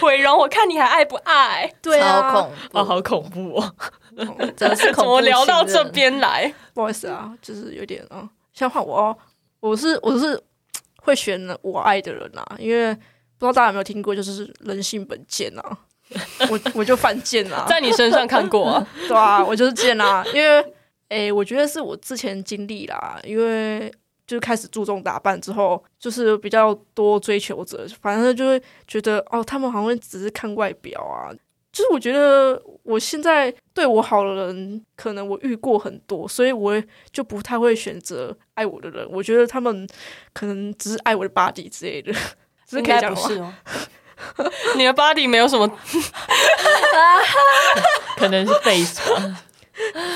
[SPEAKER 1] 毁容，我看你还爱不爱？
[SPEAKER 4] 对啊，
[SPEAKER 5] 超恐怖，
[SPEAKER 2] 哦，好恐怖哦！
[SPEAKER 5] 真的是
[SPEAKER 1] 怎
[SPEAKER 5] 恐怖
[SPEAKER 1] 么聊到
[SPEAKER 5] 情人
[SPEAKER 1] 这？边来？
[SPEAKER 4] 不好意思啊，就是有点啊，像换我哦，我是我是会选我爱的人啊，因为不知道大家有没有听过，就是人性本贱啊，我我就犯贱啊，
[SPEAKER 1] 在你身上看过、啊，
[SPEAKER 4] 对啊，我就是贱啊，因为诶、我觉得是我之前经历啦，因为就是开始注重打扮之后，就是比较多追求者，反正就会觉得哦，他们好像只是看外表啊。就是我觉得我现在对我好的人，可能我遇过很多，所以我就不太会选择爱我的人。我觉得他们可能只是爱我的 body 之类的， 只是
[SPEAKER 1] 应
[SPEAKER 4] 可以
[SPEAKER 1] 该
[SPEAKER 4] 讲
[SPEAKER 1] 不
[SPEAKER 4] 吗？
[SPEAKER 1] 是哦。 你的 body 没有什么
[SPEAKER 2] 可能是 face 吧，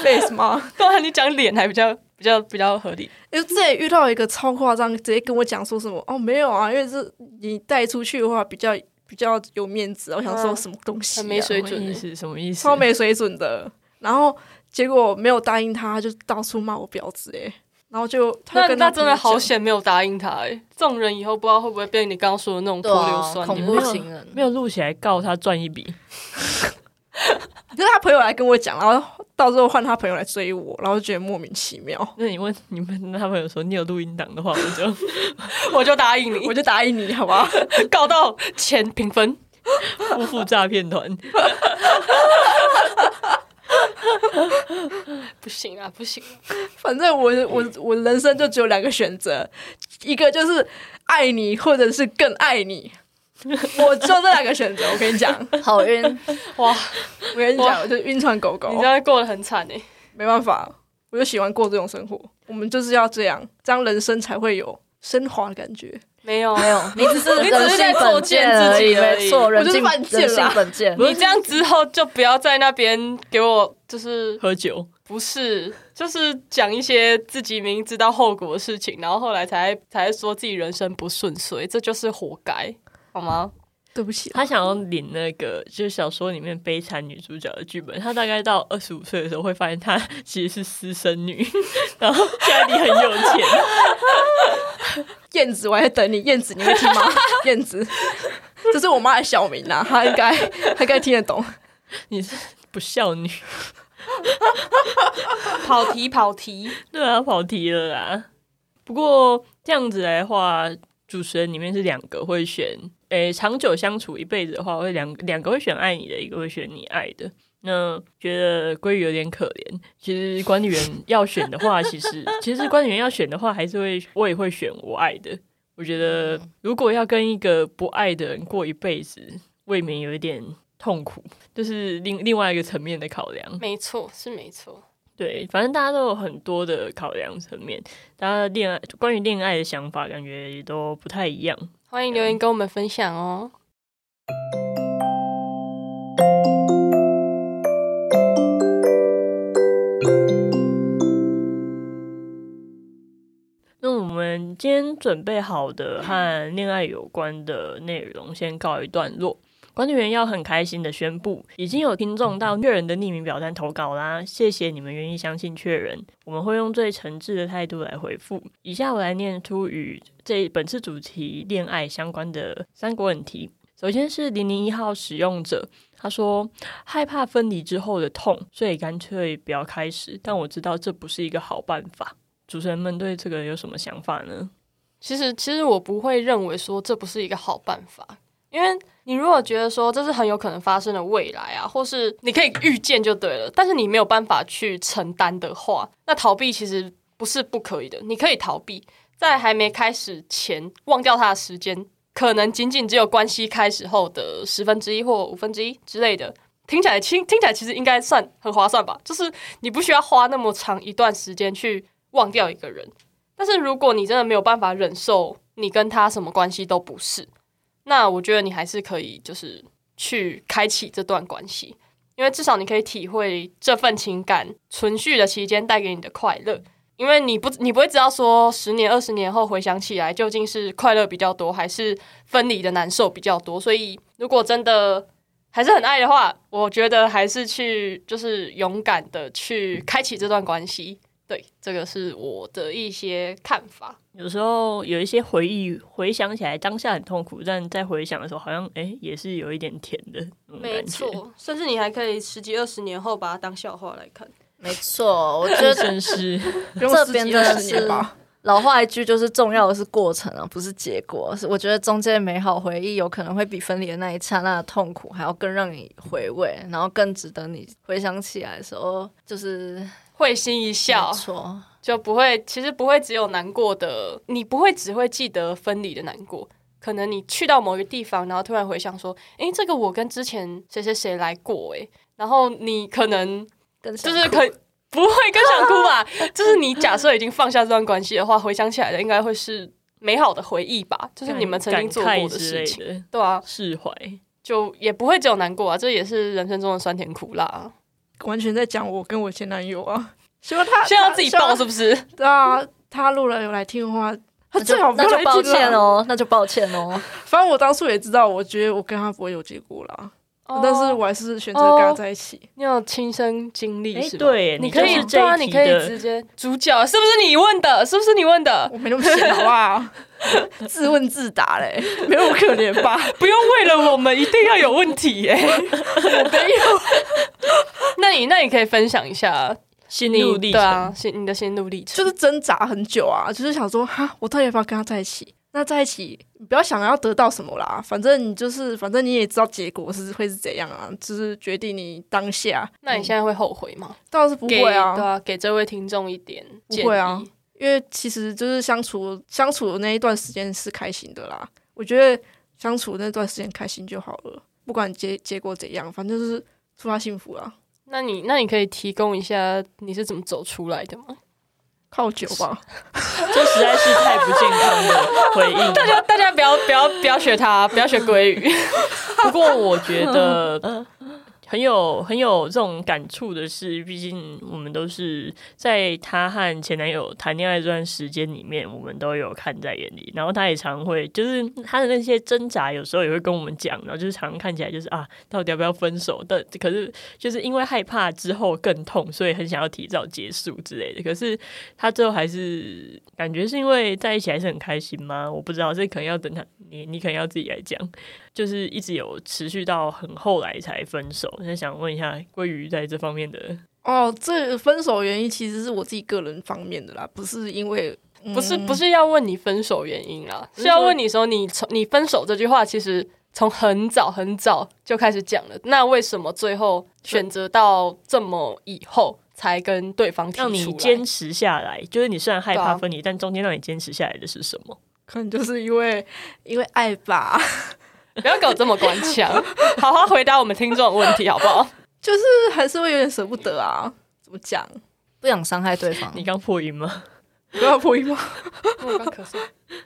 [SPEAKER 4] face 吗？
[SPEAKER 1] 刚才你讲脸还比较比较比较合理，
[SPEAKER 4] 因为之前遇到一个超夸张，直接跟我讲说什么哦没有啊，因为这你带出去的话比较比较有面子啊。我想说
[SPEAKER 1] 嗯
[SPEAKER 4] 什么东西、啊，
[SPEAKER 1] 很没水
[SPEAKER 2] 什么
[SPEAKER 1] 准
[SPEAKER 2] 意
[SPEAKER 1] 欸。
[SPEAKER 2] 思？什么意思？
[SPEAKER 4] 超没水准的。然后结果没有答应他，他就到处骂我婊子哎、然后就他
[SPEAKER 1] 那
[SPEAKER 4] 就跟
[SPEAKER 1] 那
[SPEAKER 4] 他
[SPEAKER 1] 真的好
[SPEAKER 4] 朋友
[SPEAKER 1] 险没有答应他哎、这种人以后不知道会不会被你刚刚说的那种
[SPEAKER 5] 对
[SPEAKER 1] 泼硫
[SPEAKER 5] 啊，
[SPEAKER 1] 酸。
[SPEAKER 5] 恐
[SPEAKER 1] 你
[SPEAKER 5] 怖
[SPEAKER 1] 们
[SPEAKER 5] 情人
[SPEAKER 2] 没有录起来告他赚一笔，
[SPEAKER 4] 讲，就是他朋友来跟我讲，然后到最后换他朋友来追我，然后就觉得莫名其 妙，
[SPEAKER 2] 那你问你问他朋友说你有录音档的话，我就
[SPEAKER 1] 我就答应 你，
[SPEAKER 4] 我就答应你好吧。
[SPEAKER 1] 告到前评分。
[SPEAKER 2] 夫妇诈骗团。
[SPEAKER 1] 不行啊，不行啊、
[SPEAKER 4] 反正我我我人生就只有两个选择，一个就是爱你，或者是更爱你。 我就这两个选择，我跟你讲，
[SPEAKER 5] 好晕，
[SPEAKER 1] 哇，
[SPEAKER 4] 我跟你讲，我就晕船狗狗
[SPEAKER 1] 你，这样过得很惨哎、
[SPEAKER 4] 没办法，我就喜欢过这种生活。我们就是要这样，这样人生才会有升华的感觉。
[SPEAKER 1] 没有啊
[SPEAKER 5] 没，有，你只是
[SPEAKER 1] 你只是
[SPEAKER 5] 人性
[SPEAKER 1] 在作
[SPEAKER 5] 本
[SPEAKER 1] 践
[SPEAKER 5] 贱
[SPEAKER 1] 自
[SPEAKER 5] 而
[SPEAKER 1] 己
[SPEAKER 5] 已，
[SPEAKER 1] 而已
[SPEAKER 5] 没错，人
[SPEAKER 4] 我就是
[SPEAKER 5] 性
[SPEAKER 4] 犯贱
[SPEAKER 5] 人性
[SPEAKER 4] 啦
[SPEAKER 5] 本贱。
[SPEAKER 1] 你这样之后就不要在那边给我就是
[SPEAKER 2] 喝酒，
[SPEAKER 1] 不是就是讲一些自己明知道后果的事情，然后后来才才说自己人生不顺遂，这就是活该，好吗？
[SPEAKER 4] 对不起，
[SPEAKER 2] 他想要领那个就是小说里面悲惨女主角的剧本。他大概到二十五岁的时候会发现他其实是私生女， 然后家里很有钱。
[SPEAKER 4] 燕子，我还在等你。燕子，你会听吗？燕子，这是我妈的小名啊，她应该她应该听得懂。
[SPEAKER 2] 你是不孝女？
[SPEAKER 1] 跑题跑题，
[SPEAKER 2] 对啊，跑题了啦。不过这样子来的话，主持人里面是两个会选，诶、长久相处一辈子的话，会两两个会选爱你的，一个会选你爱的。那觉得鲑鱼有点可怜。其实管理员要选的话，其实其实管理员要选的话，还是会我也会选我爱的。我觉得如果要跟一个不爱的人过一辈子，未免有一点痛苦，就是另另外一个层面的考量。
[SPEAKER 1] 没错，是没错。
[SPEAKER 2] 对，反正大家都有很多的考量层面，大家恋爱关于恋爱的想法，感觉也都不太一样。
[SPEAKER 1] 欢迎留言跟我们分享哦。
[SPEAKER 2] 那我们今天准备好的和恋爱有关的内容，先告一段落。管理员要很开心的宣布，已经有听众到确人的匿名表单投稿啦，谢谢你们愿意相信确人，我们会用最诚挚的态度来回复。以下我来念出与这本次主题恋爱相关的三个问题。首先是零零一号使用者，他说害怕分离之后的痛，所以干脆不要开始。但我知道这不是一个好办法。主持人们对这个有什么想法呢？
[SPEAKER 1] 其实，其实我不会认为说这不是一个好办法，因为你如果觉得说这是很有可能发生的未来啊，或是你可以预见就对了，但是你没有办法去承担的话，那逃避其实不是不可以的，你可以逃避，在还没开始前忘掉它的时间，可能仅仅只有关系开始后的十分之一或五分之一之类的。听起来听听起来其实应该算很划算吧，就是你不需要花那么长一段时间去忘掉一个人。但是如果你真的没有办法忍受你跟他什么关系都不是，那我觉得你还是可以就是去开启这段关系，因为至少你可以体会这份情感存续的期间带给你的快乐。因为你不，你不会知道说十年、二十年后回想起来究竟是快乐比较多，还是分离的难受比较多。所以，如果真的还是很爱的话，我觉得还是去就是勇敢的去开启这段关系。对，这个是我的一些看法。
[SPEAKER 2] 有时候有一些回忆，回想起来当下很痛苦，但在回想的时候，好像哎、诶也是有一点甜的那种
[SPEAKER 1] 没
[SPEAKER 2] 感觉。
[SPEAKER 1] 错，甚至你还可以十几二十年后把它当笑话来看。
[SPEAKER 5] 没错，我觉得
[SPEAKER 2] 真 是
[SPEAKER 4] 不用
[SPEAKER 5] 这
[SPEAKER 4] 十
[SPEAKER 5] 边
[SPEAKER 4] 几
[SPEAKER 5] 真的
[SPEAKER 4] 二十年吧。
[SPEAKER 5] 老话一句，就是重要的是过程啊，不是结果。是我觉得中间的美好回忆有可能会比分离的那一刹那的痛苦还要更让你回味，然后更值得你回想起来的时候，就是
[SPEAKER 1] 会心一笑
[SPEAKER 5] 没，错，
[SPEAKER 1] 就不会，其实不会只有难过的，你不会只会记得分离的难过。可能你去到某一个地方，然后突然回想说，诶，这个我跟之前谁谁谁来过、诶，然后你可能
[SPEAKER 5] 更想
[SPEAKER 1] 就是
[SPEAKER 5] 哭
[SPEAKER 1] 可不会更想哭吧？就是你假设已经放下这段关系的话，回想起来的应该会是美好的回忆吧，就是你们曾经做
[SPEAKER 2] 感慨
[SPEAKER 1] 过的
[SPEAKER 2] 之类
[SPEAKER 1] 事情，
[SPEAKER 2] 的
[SPEAKER 1] 对啊，
[SPEAKER 2] 释怀。
[SPEAKER 1] 就也不会只有难过啊，这也是人生中的酸甜苦辣、啊。
[SPEAKER 4] 完全在讲我跟我前男友啊，希望他
[SPEAKER 1] 现在要自己
[SPEAKER 4] 报
[SPEAKER 1] 爆是不 是？
[SPEAKER 4] 对啊，他录了有来听的话，他
[SPEAKER 5] 那就
[SPEAKER 4] 最好不
[SPEAKER 5] 那
[SPEAKER 4] 要
[SPEAKER 5] 就
[SPEAKER 4] 来
[SPEAKER 5] 抱
[SPEAKER 4] 听
[SPEAKER 5] 歉
[SPEAKER 4] 啦。
[SPEAKER 5] 哦，那就抱歉哦。
[SPEAKER 4] 反正我当初也知道，我觉得我跟他不会有结果啦，
[SPEAKER 5] 哦
[SPEAKER 4] 但
[SPEAKER 1] 哦
[SPEAKER 4] 是我还是选择跟他在一起。
[SPEAKER 1] 你有亲身经历
[SPEAKER 2] 哎、
[SPEAKER 1] 是吧？
[SPEAKER 2] 对，
[SPEAKER 1] 你可以
[SPEAKER 2] 就是
[SPEAKER 1] 对啊，
[SPEAKER 2] 这
[SPEAKER 1] 你
[SPEAKER 2] 一题
[SPEAKER 1] 可以
[SPEAKER 2] 的
[SPEAKER 1] 直接主角是不是你问的？是不是你问的？
[SPEAKER 4] 我没那么闲，好不 好？自问自答嘞，没有可怜吧？
[SPEAKER 1] 不用为了我们一定要有问题耶、我没有。 那你那你可以分享一下
[SPEAKER 2] 心
[SPEAKER 1] 你
[SPEAKER 2] 路历
[SPEAKER 1] 对
[SPEAKER 2] 程。
[SPEAKER 1] 啊，心你的心路历程
[SPEAKER 4] 就是挣扎很久啊，就是想说哈，我到底要不要跟他在一起？那在一起，你不要想要得到什么啦，反正你就是，反正你也知道结果是会是怎样啊，就是决定你当下。
[SPEAKER 1] 那你现在会后悔吗？
[SPEAKER 4] 当然是不
[SPEAKER 1] 不
[SPEAKER 4] 会啊，
[SPEAKER 1] 对啊，给这位听众一点
[SPEAKER 4] 不
[SPEAKER 1] 建议。
[SPEAKER 4] 会啊因为其实就是相处相处的那一段时间是开心的啦。我觉得相处那段时间开心就好了，不管结结果怎样，反正就是祝他幸福啦。
[SPEAKER 1] 那你那你可以提供一下你是怎么走出来的吗？
[SPEAKER 4] 靠酒 吧，
[SPEAKER 2] 这实在是太不健康的回应。
[SPEAKER 1] 大家大家不要不要不要学他，不要学鲑鱼。
[SPEAKER 2] 不过我觉得很有很有这种感触的是，毕竟我们都是在她和前男友谈恋爱这段时间里面，我们都有看在眼里。然后她也常会，就是她的那些挣扎，有时候也会跟我们讲。然后就是常看起来就是啊，到底要不要分手？但可是就是因为害怕之后更痛，所以很想要提早结束之类的。可是她最后还是感觉是因为在一起还是很开心吗？我不知道，这可能要等她你你可能要自己来讲。就是一直有持续到很后来才分手。那想问一下，鲑鱼在这方面的，
[SPEAKER 4] 哦，这个分手原因其实是我自己个人方面的啦，不是因为、嗯
[SPEAKER 1] 不是不是要问你分手原因啦，是要问你说你从你分手这句话其实从很早很早就开始讲了，那为什么最后选择到这么以后才跟对方提出
[SPEAKER 2] 让
[SPEAKER 1] 来
[SPEAKER 2] 你坚持下来，就是你虽然害
[SPEAKER 1] 对
[SPEAKER 2] 怕
[SPEAKER 1] 啊
[SPEAKER 2] 分离，但中间让你坚持下来的是什么？
[SPEAKER 4] 可能就是因为因为爱吧，
[SPEAKER 1] 不要给我这么官腔，好好回答我们听众的问题好不好？
[SPEAKER 4] 就是还是会有点舍不得啊。怎么讲？
[SPEAKER 5] 不想伤害对方，
[SPEAKER 2] 你刚破音吗？
[SPEAKER 4] 不要破音吗？
[SPEAKER 1] 我刚咳嗽，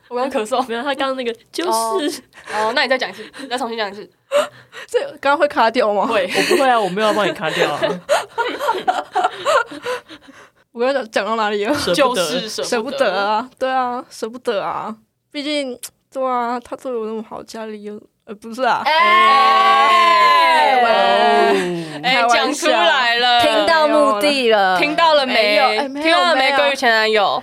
[SPEAKER 1] 我刚咳嗽。
[SPEAKER 2] 没有，他刚刚那个就是、
[SPEAKER 1] 哦，那你再讲一次，你再重新讲一次。
[SPEAKER 4] 这刚刚会卡掉吗？
[SPEAKER 1] 会，
[SPEAKER 2] 我不会啊，我没有要帮你卡掉 啊，
[SPEAKER 4] 我刚刚讲到哪里了？
[SPEAKER 2] 舍不
[SPEAKER 1] 就
[SPEAKER 2] 得。
[SPEAKER 1] 是
[SPEAKER 4] 舍
[SPEAKER 1] 舍不
[SPEAKER 4] 不得
[SPEAKER 1] 得。
[SPEAKER 4] 啊，对啊，舍不得啊，毕竟对啊，他对我那么好，家里又呃不是啊，
[SPEAKER 5] 哎
[SPEAKER 1] 哎
[SPEAKER 2] 哦
[SPEAKER 1] 哎
[SPEAKER 4] 开，玩笑
[SPEAKER 1] 讲出来了，
[SPEAKER 5] 听到目的了，
[SPEAKER 1] 听到了
[SPEAKER 4] 没有哎没有
[SPEAKER 1] 听到了呃没？
[SPEAKER 4] 没有
[SPEAKER 1] 关于前男友，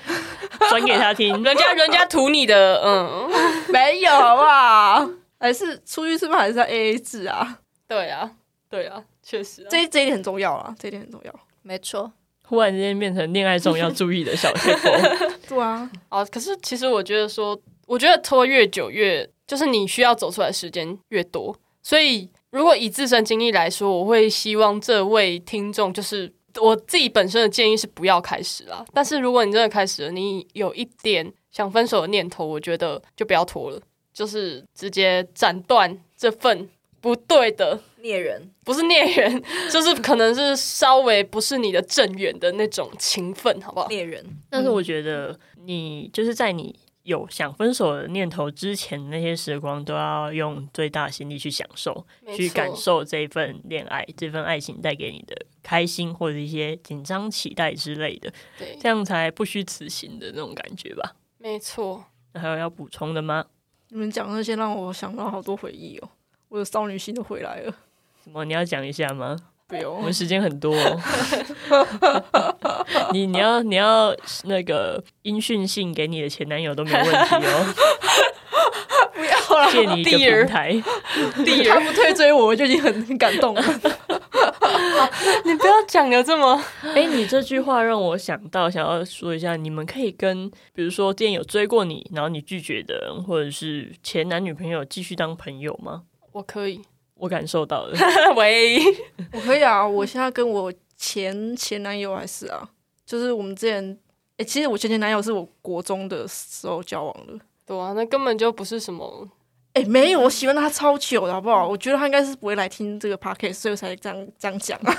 [SPEAKER 2] 转给 他听，
[SPEAKER 1] 人家人家图你的，嗯，
[SPEAKER 4] 没有好不好？还是出去吃饭还是要 A A 制啊，
[SPEAKER 1] 对啊，对啊，确实啊、
[SPEAKER 4] 这这一点很重要啦，这一点很重要。
[SPEAKER 5] 没错，
[SPEAKER 2] 忽然之间变成恋爱中要注意的小 p a
[SPEAKER 4] 对啊，
[SPEAKER 1] 哦啊，可是其实我觉得说，我觉得拖越久越就是你需要走出来的时间越多。所以，如果以自身经历来说，我会希望这位听众就是我自己本身的建议是不要开始啦。但是，如果你真的开始了，你有一点想分手的念头，我觉得就不要拖了，就是直接斩断这份不对的
[SPEAKER 5] 猎人，
[SPEAKER 1] 不是孽缘， 就是可能是稍微不是你的正缘的那种情分，好不好？
[SPEAKER 5] 猎人，
[SPEAKER 1] 嗯
[SPEAKER 2] 但是我觉得你就是在你有想分手的念头之前，那些时光都要用最大心力去享受，
[SPEAKER 1] 没
[SPEAKER 2] 去
[SPEAKER 1] 错
[SPEAKER 2] 感受这份恋爱、这份爱情带给你的开心或者一些紧张、期待之类的，
[SPEAKER 1] 对，
[SPEAKER 2] 这样才不虚此行的那种感觉吧。
[SPEAKER 1] 没错。
[SPEAKER 2] 那还有要补充的吗？
[SPEAKER 4] 你们讲那些让我想到好多回忆哦，我的少女心都回来了。
[SPEAKER 2] 什么？你要讲一下吗？
[SPEAKER 4] 不
[SPEAKER 2] 我
[SPEAKER 4] 用
[SPEAKER 2] 们，时间很多、哦，你你要你要那个音讯信给你的前男友都没有问题哦，
[SPEAKER 1] 后来
[SPEAKER 2] 借你一个
[SPEAKER 1] 第
[SPEAKER 2] 平
[SPEAKER 1] 二
[SPEAKER 2] 台。
[SPEAKER 1] 第
[SPEAKER 4] 他
[SPEAKER 1] 二，
[SPEAKER 4] 不退追我，我就已经很很感动了。
[SPEAKER 1] 你不要讲的这么
[SPEAKER 2] 哎、你这句话让我想到，想要说一下，你们可以跟，比如说之前有追过你，然后你拒绝的人，或者是前男女朋友继续当朋友吗？
[SPEAKER 1] 我可以。
[SPEAKER 2] 我感受到了，
[SPEAKER 1] 喂，
[SPEAKER 4] 我可以啊，我现在跟我前前男友还是啊，就是我们之前，诶，其实我前前男友是我国中的时候交往的。
[SPEAKER 1] 对啊，那根本就不是什 么。
[SPEAKER 4] 诶，哎没有，我喜欢他超久的好不好？我觉得他应该是不会来听这个 podcast，所以我才这样这样讲啊。。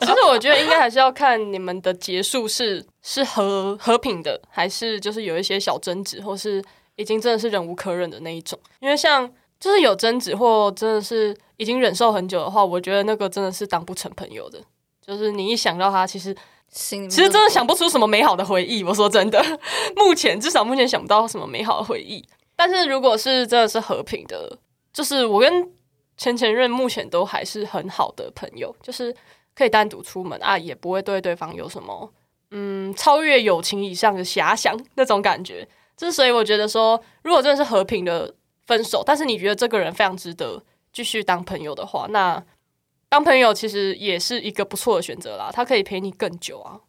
[SPEAKER 1] 其实我觉得应该还是要看你们的结束是是和和平的，还是就是有一些小争执，或是已经真的是忍无可忍的那一种。因为像就是有争执或真的是已经忍受很久的话，我觉得那个真的是当不成朋友的。就是你一想到他，其实
[SPEAKER 5] 心里面
[SPEAKER 1] 其实真的想
[SPEAKER 5] 不
[SPEAKER 1] 不出什么美好的回忆。我说真的，目前至少目前想不到什么美好的回忆。但是如果是真的是和平的，就是我跟前前任目前都还是很好的朋友，就是可以单独出门啊，也不会对对方有什么嗯超越友情以上的遐想那种感觉。就是所以我觉得说，如果真的是和平的分手，但是你觉得这个人非常值得继续当朋友的话，那当朋友其实也是一个不错的选择啦，他可以陪你更久啊。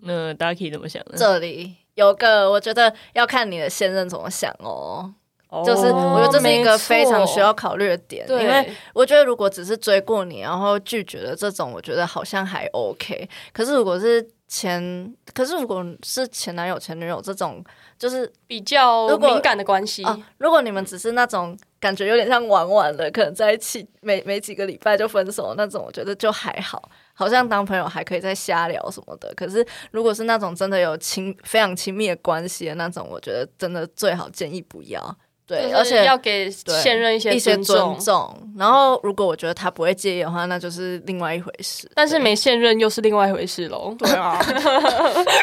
[SPEAKER 2] 那 Ducky 怎么想呢？
[SPEAKER 5] 这里有个，我觉得要看你的现任怎么想哦。
[SPEAKER 2] 哦
[SPEAKER 5] 就是我觉得这是一
[SPEAKER 1] 没
[SPEAKER 5] 个
[SPEAKER 1] 错
[SPEAKER 5] 非常需要考虑的点，因
[SPEAKER 1] 对，
[SPEAKER 5] 为我觉得如果只是追过你然后拒绝的这种，我觉得好像还 OK。可是如果是前，可是如果是前男友、前女友这种，就是
[SPEAKER 1] 比较
[SPEAKER 5] 如果
[SPEAKER 1] 敏感的关系，
[SPEAKER 5] 啊，如果你们只是那种感觉有点像玩玩的，可能在一起没没几个礼拜就分手那种，我觉得就还好，好像当朋友还可以再瞎聊什么的。可是如果是那种真的有亲非常亲密的关系的那种，我觉得真的最好建议不要。
[SPEAKER 1] 就
[SPEAKER 5] 对，
[SPEAKER 1] 是
[SPEAKER 5] 而且
[SPEAKER 1] 要给现任一些
[SPEAKER 5] 一些
[SPEAKER 1] 尊重
[SPEAKER 5] 尊。重。然后，如果我觉得他不会介意的话，那就是另外一回事。
[SPEAKER 1] 但是没现任又是另外一回事 喽
[SPEAKER 4] 对啊，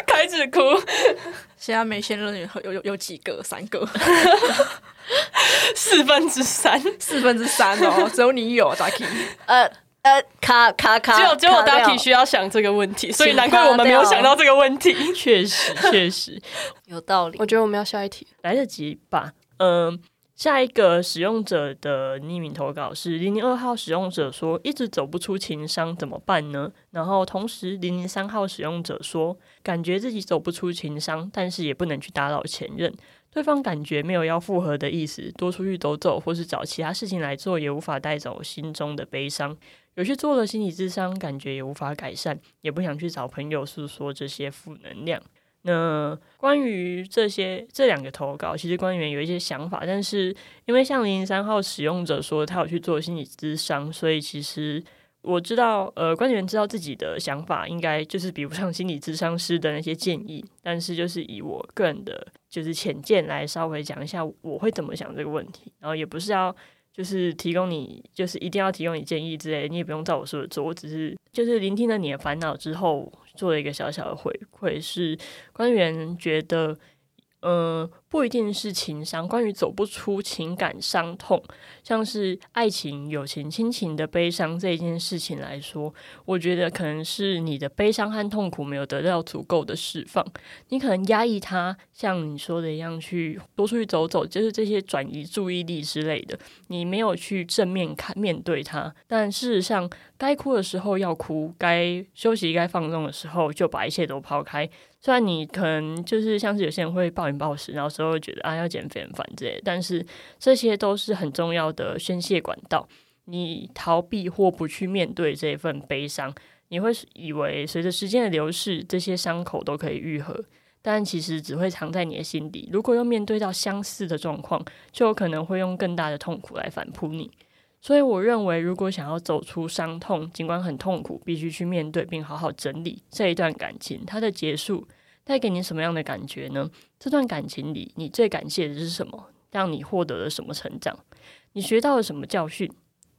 [SPEAKER 1] 开始哭，
[SPEAKER 4] 现在没现任有有有有几个？三个，
[SPEAKER 1] 四分之三，只
[SPEAKER 4] 四分之三哦，只有你有 d u c k y
[SPEAKER 5] 呃呃，卡卡卡，
[SPEAKER 1] 有只有
[SPEAKER 5] 卡掉
[SPEAKER 1] Ducky 需要想这个问题，所以
[SPEAKER 5] 请
[SPEAKER 1] 难怪我们没有想到这个问题。
[SPEAKER 2] 确实确实
[SPEAKER 5] 有道理
[SPEAKER 1] 我。觉得我们要下一题，
[SPEAKER 2] 来得及吧？嗯。下一个使用者的匿名投稿是零零二号使用者说，一直走不出情伤怎么办呢？然后同时零零三号使用者说，感觉自己走不出情伤，但是也不能去打扰前任，对方感觉没有要复合的意思，多出去走走或是找其他事情来做，也无法带走心中的悲伤。有去做了心理智商，感觉也无法改善，也不想去找朋友诉说这些负能量。那关于这些这两个投稿，其实官员有一些想法，但是因为像零零三号使用者说他有去做心理咨商，所以其实我知道，呃，官员知道自己的想法应该就是比不上心理咨商师的那些建议，但是就是以我个人的就是浅见来稍微讲一下我会怎么想这个问题，然后也不是要。就是提供你，就是一定要提供你建议之类的，你也不用照我说的做。我只是就是聆听了你的烦恼之后，做了一个小小的回馈，是官员觉得，呃，不一定是情伤，关于走不出情感伤痛，像是爱情、友情、亲情的悲伤这一件事情来说，我觉得可能是你的悲伤和痛苦没有得到足够的释放，你可能压抑它，像你说的一样，去多出去走走，就是这些转移注意力之类的，你没有去正面看面对它，但事实上，该哭的时候要哭，该休息、该放纵的时候就把一切都抛开，虽然你可能就是像是有些人会暴饮暴食，然后时候会觉得啊要减肥很烦之类的，但是这些都是很重要的宣泄管道。你逃避或不去面对这一份悲伤，你会以为随着时间的流逝，这些伤口都可以愈合，但其实只会藏在你的心底。如果又面对到相似的状况，就有可能会用更大的痛苦来反扑你。所以，我认为，如果想要走出伤痛，尽管很痛苦，必须去面对并好好整理这一段感情。它的结束带给你什么样的感觉呢？这段感情里，你最感谢的是什么？让你获得了什么成长？你学到了什么教训？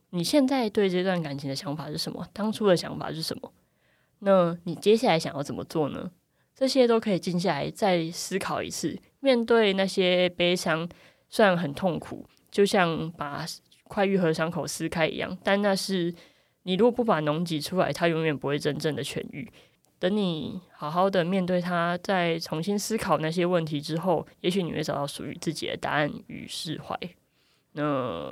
[SPEAKER 2] 你现在对这段感情的想法是什么？当初的想法是什么？那你接下来想要怎么做呢？这些都可以静下来再思考一次。面对那些悲伤，虽然很痛苦，就像把快愈合伤口撕开一样，但那是你如果不把脓挤出来，它永远不会真正的痊愈。等你好好的面对它，再重新思考那些问题之后，也许你会找到属于自己的答案与释怀。那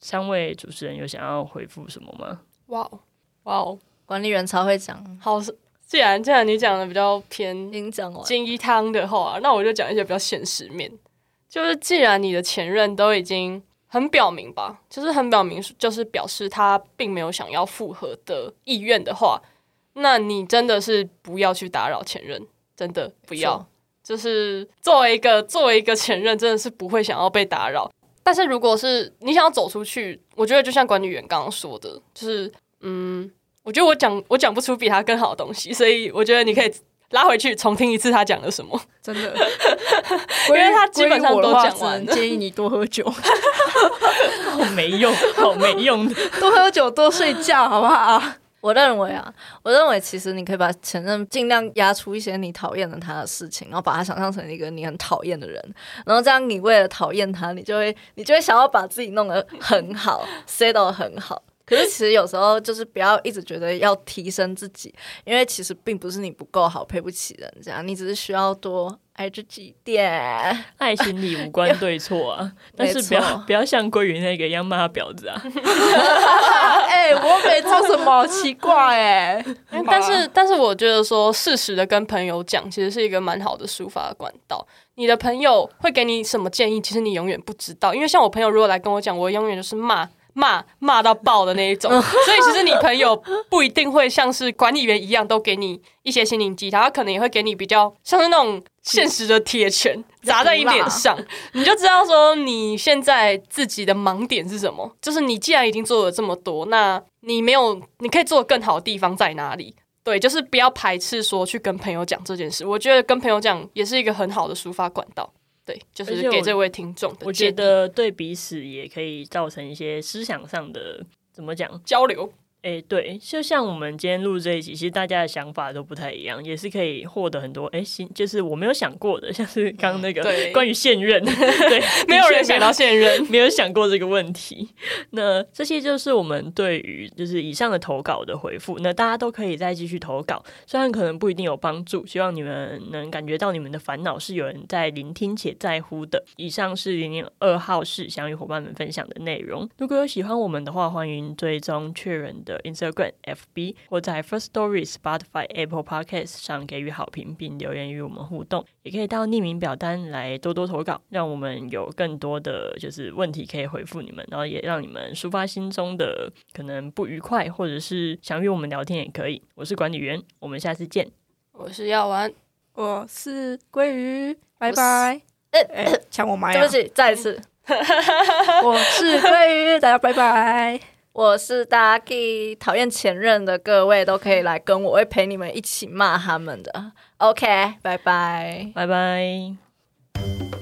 [SPEAKER 2] 三位主持人有想要回复什么 吗？
[SPEAKER 1] 哇哦哇哦，
[SPEAKER 5] 管理员超会讲，
[SPEAKER 1] 好，既然既然你讲的比较偏
[SPEAKER 5] 已经讲完。
[SPEAKER 1] 金一汤的话，那我就讲一些比较现实面。就是既然你的前任都已经很表明吧，就是很表明，就是表示他并没有想要复合的意愿的话，那你真的是不要去打扰前任，真的不要。就是作为一个作为一个前任，真的是不会想要被打扰。但是如果是你想要走出去，我觉得就像管理员刚刚说的，就是嗯，我觉得我讲我讲不出比他更好的东西，所以我觉得你可以拉回去重听一次他讲了什 么，
[SPEAKER 4] 真的，
[SPEAKER 1] 因为他基本上都讲
[SPEAKER 4] 我的话
[SPEAKER 1] 完
[SPEAKER 4] 只
[SPEAKER 1] 了
[SPEAKER 4] 能。建议你多喝酒，
[SPEAKER 2] 好没用，好没用 的。
[SPEAKER 4] 多喝酒，多睡觉，好不好？
[SPEAKER 5] 我认为啊，我认为其实你可以把前任尽量压出一些你讨厌的他的事情，然后把他想象成一个你很讨厌的人，然后这样你为了讨厌他，你就会你就会想要把自己弄得很好，say 到很好。可是其实有时候就是不要一直觉得要提升自己，因为其实并不是你不够好，配不起人家，你只是需要多爱自己一 点。
[SPEAKER 2] 爱情里无关对错啊，但是不
[SPEAKER 5] 没
[SPEAKER 2] 要
[SPEAKER 5] 错
[SPEAKER 2] 不要像鲑鱼那个一样骂他婊子 啊。
[SPEAKER 4] 哎、我没做什么，奇怪哎、
[SPEAKER 1] 但是，但是我觉得说适时的跟朋友讲，其实是一个蛮好的抒发的管道。你的朋友会给你什么建议，其实你永远不知道，因为像我朋友如果来跟我讲，我永远就是骂。骂骂到爆的那一种，所以其实你朋友不一定会像是管理员一样都给你一些心灵鸡汤，他可能也会给你比较像是那种现实的铁拳砸在你脸上，你就知道说你现在自己的盲点是什么。就是你既然已经做了这么多，那你没有你可以做的更好的地方在哪里？对，就是不要排斥说去跟朋友讲这件事。我觉得跟朋友讲也是一个很好的抒发管道。对，就
[SPEAKER 2] 而
[SPEAKER 1] 是
[SPEAKER 2] 且我
[SPEAKER 1] 给这位听众的
[SPEAKER 2] 我
[SPEAKER 1] 建
[SPEAKER 2] 觉
[SPEAKER 1] 议
[SPEAKER 2] 得对彼此也可以造成一些思想上的怎么讲？
[SPEAKER 1] 交流。
[SPEAKER 2] 诶，哎对，就像我们今天录这一集，其实大家的想法都不太一样，也是可以获得很多诶新，就是我没有想过的，像是刚刚那个
[SPEAKER 1] 嗯对
[SPEAKER 2] 关于现任， 对，
[SPEAKER 1] 没有人
[SPEAKER 2] 的确
[SPEAKER 1] 想到现 任，
[SPEAKER 2] 没有想过这个问题。那这些就是我们对于就是以上的投稿的回复。那大家都可以再继续投稿，虽然可能不一定有帮助，希望你们能感觉到你们的烦恼是有人在聆听且在乎的。以上是零零二号室想与伙伴们分享的内容。如果有喜欢我们的话，欢迎追踪确认的 Instagram、FB 或在 First Story、Spotify、Apple Podcast 上给予好评，并留言与我们互动。也可以到匿名表单来多多投稿，让我们有更多的就是问题可以回复你们，然后也让你们抒发心中的可能不愉快，或者是想与我们聊天也可以。我是管理员，我们下次见。
[SPEAKER 1] 我是要玩
[SPEAKER 4] 我是鲑鱼，拜拜。
[SPEAKER 5] 呃
[SPEAKER 4] 哎、抢我麦
[SPEAKER 5] 对
[SPEAKER 4] 啊
[SPEAKER 5] 不！起，再 一次，
[SPEAKER 4] 我 是鲑鱼，大家拜拜。
[SPEAKER 5] 我是大家可以讨厌前任的各位都可以来跟我，我会陪你们一起骂他们的。OK，拜拜。
[SPEAKER 2] 拜拜。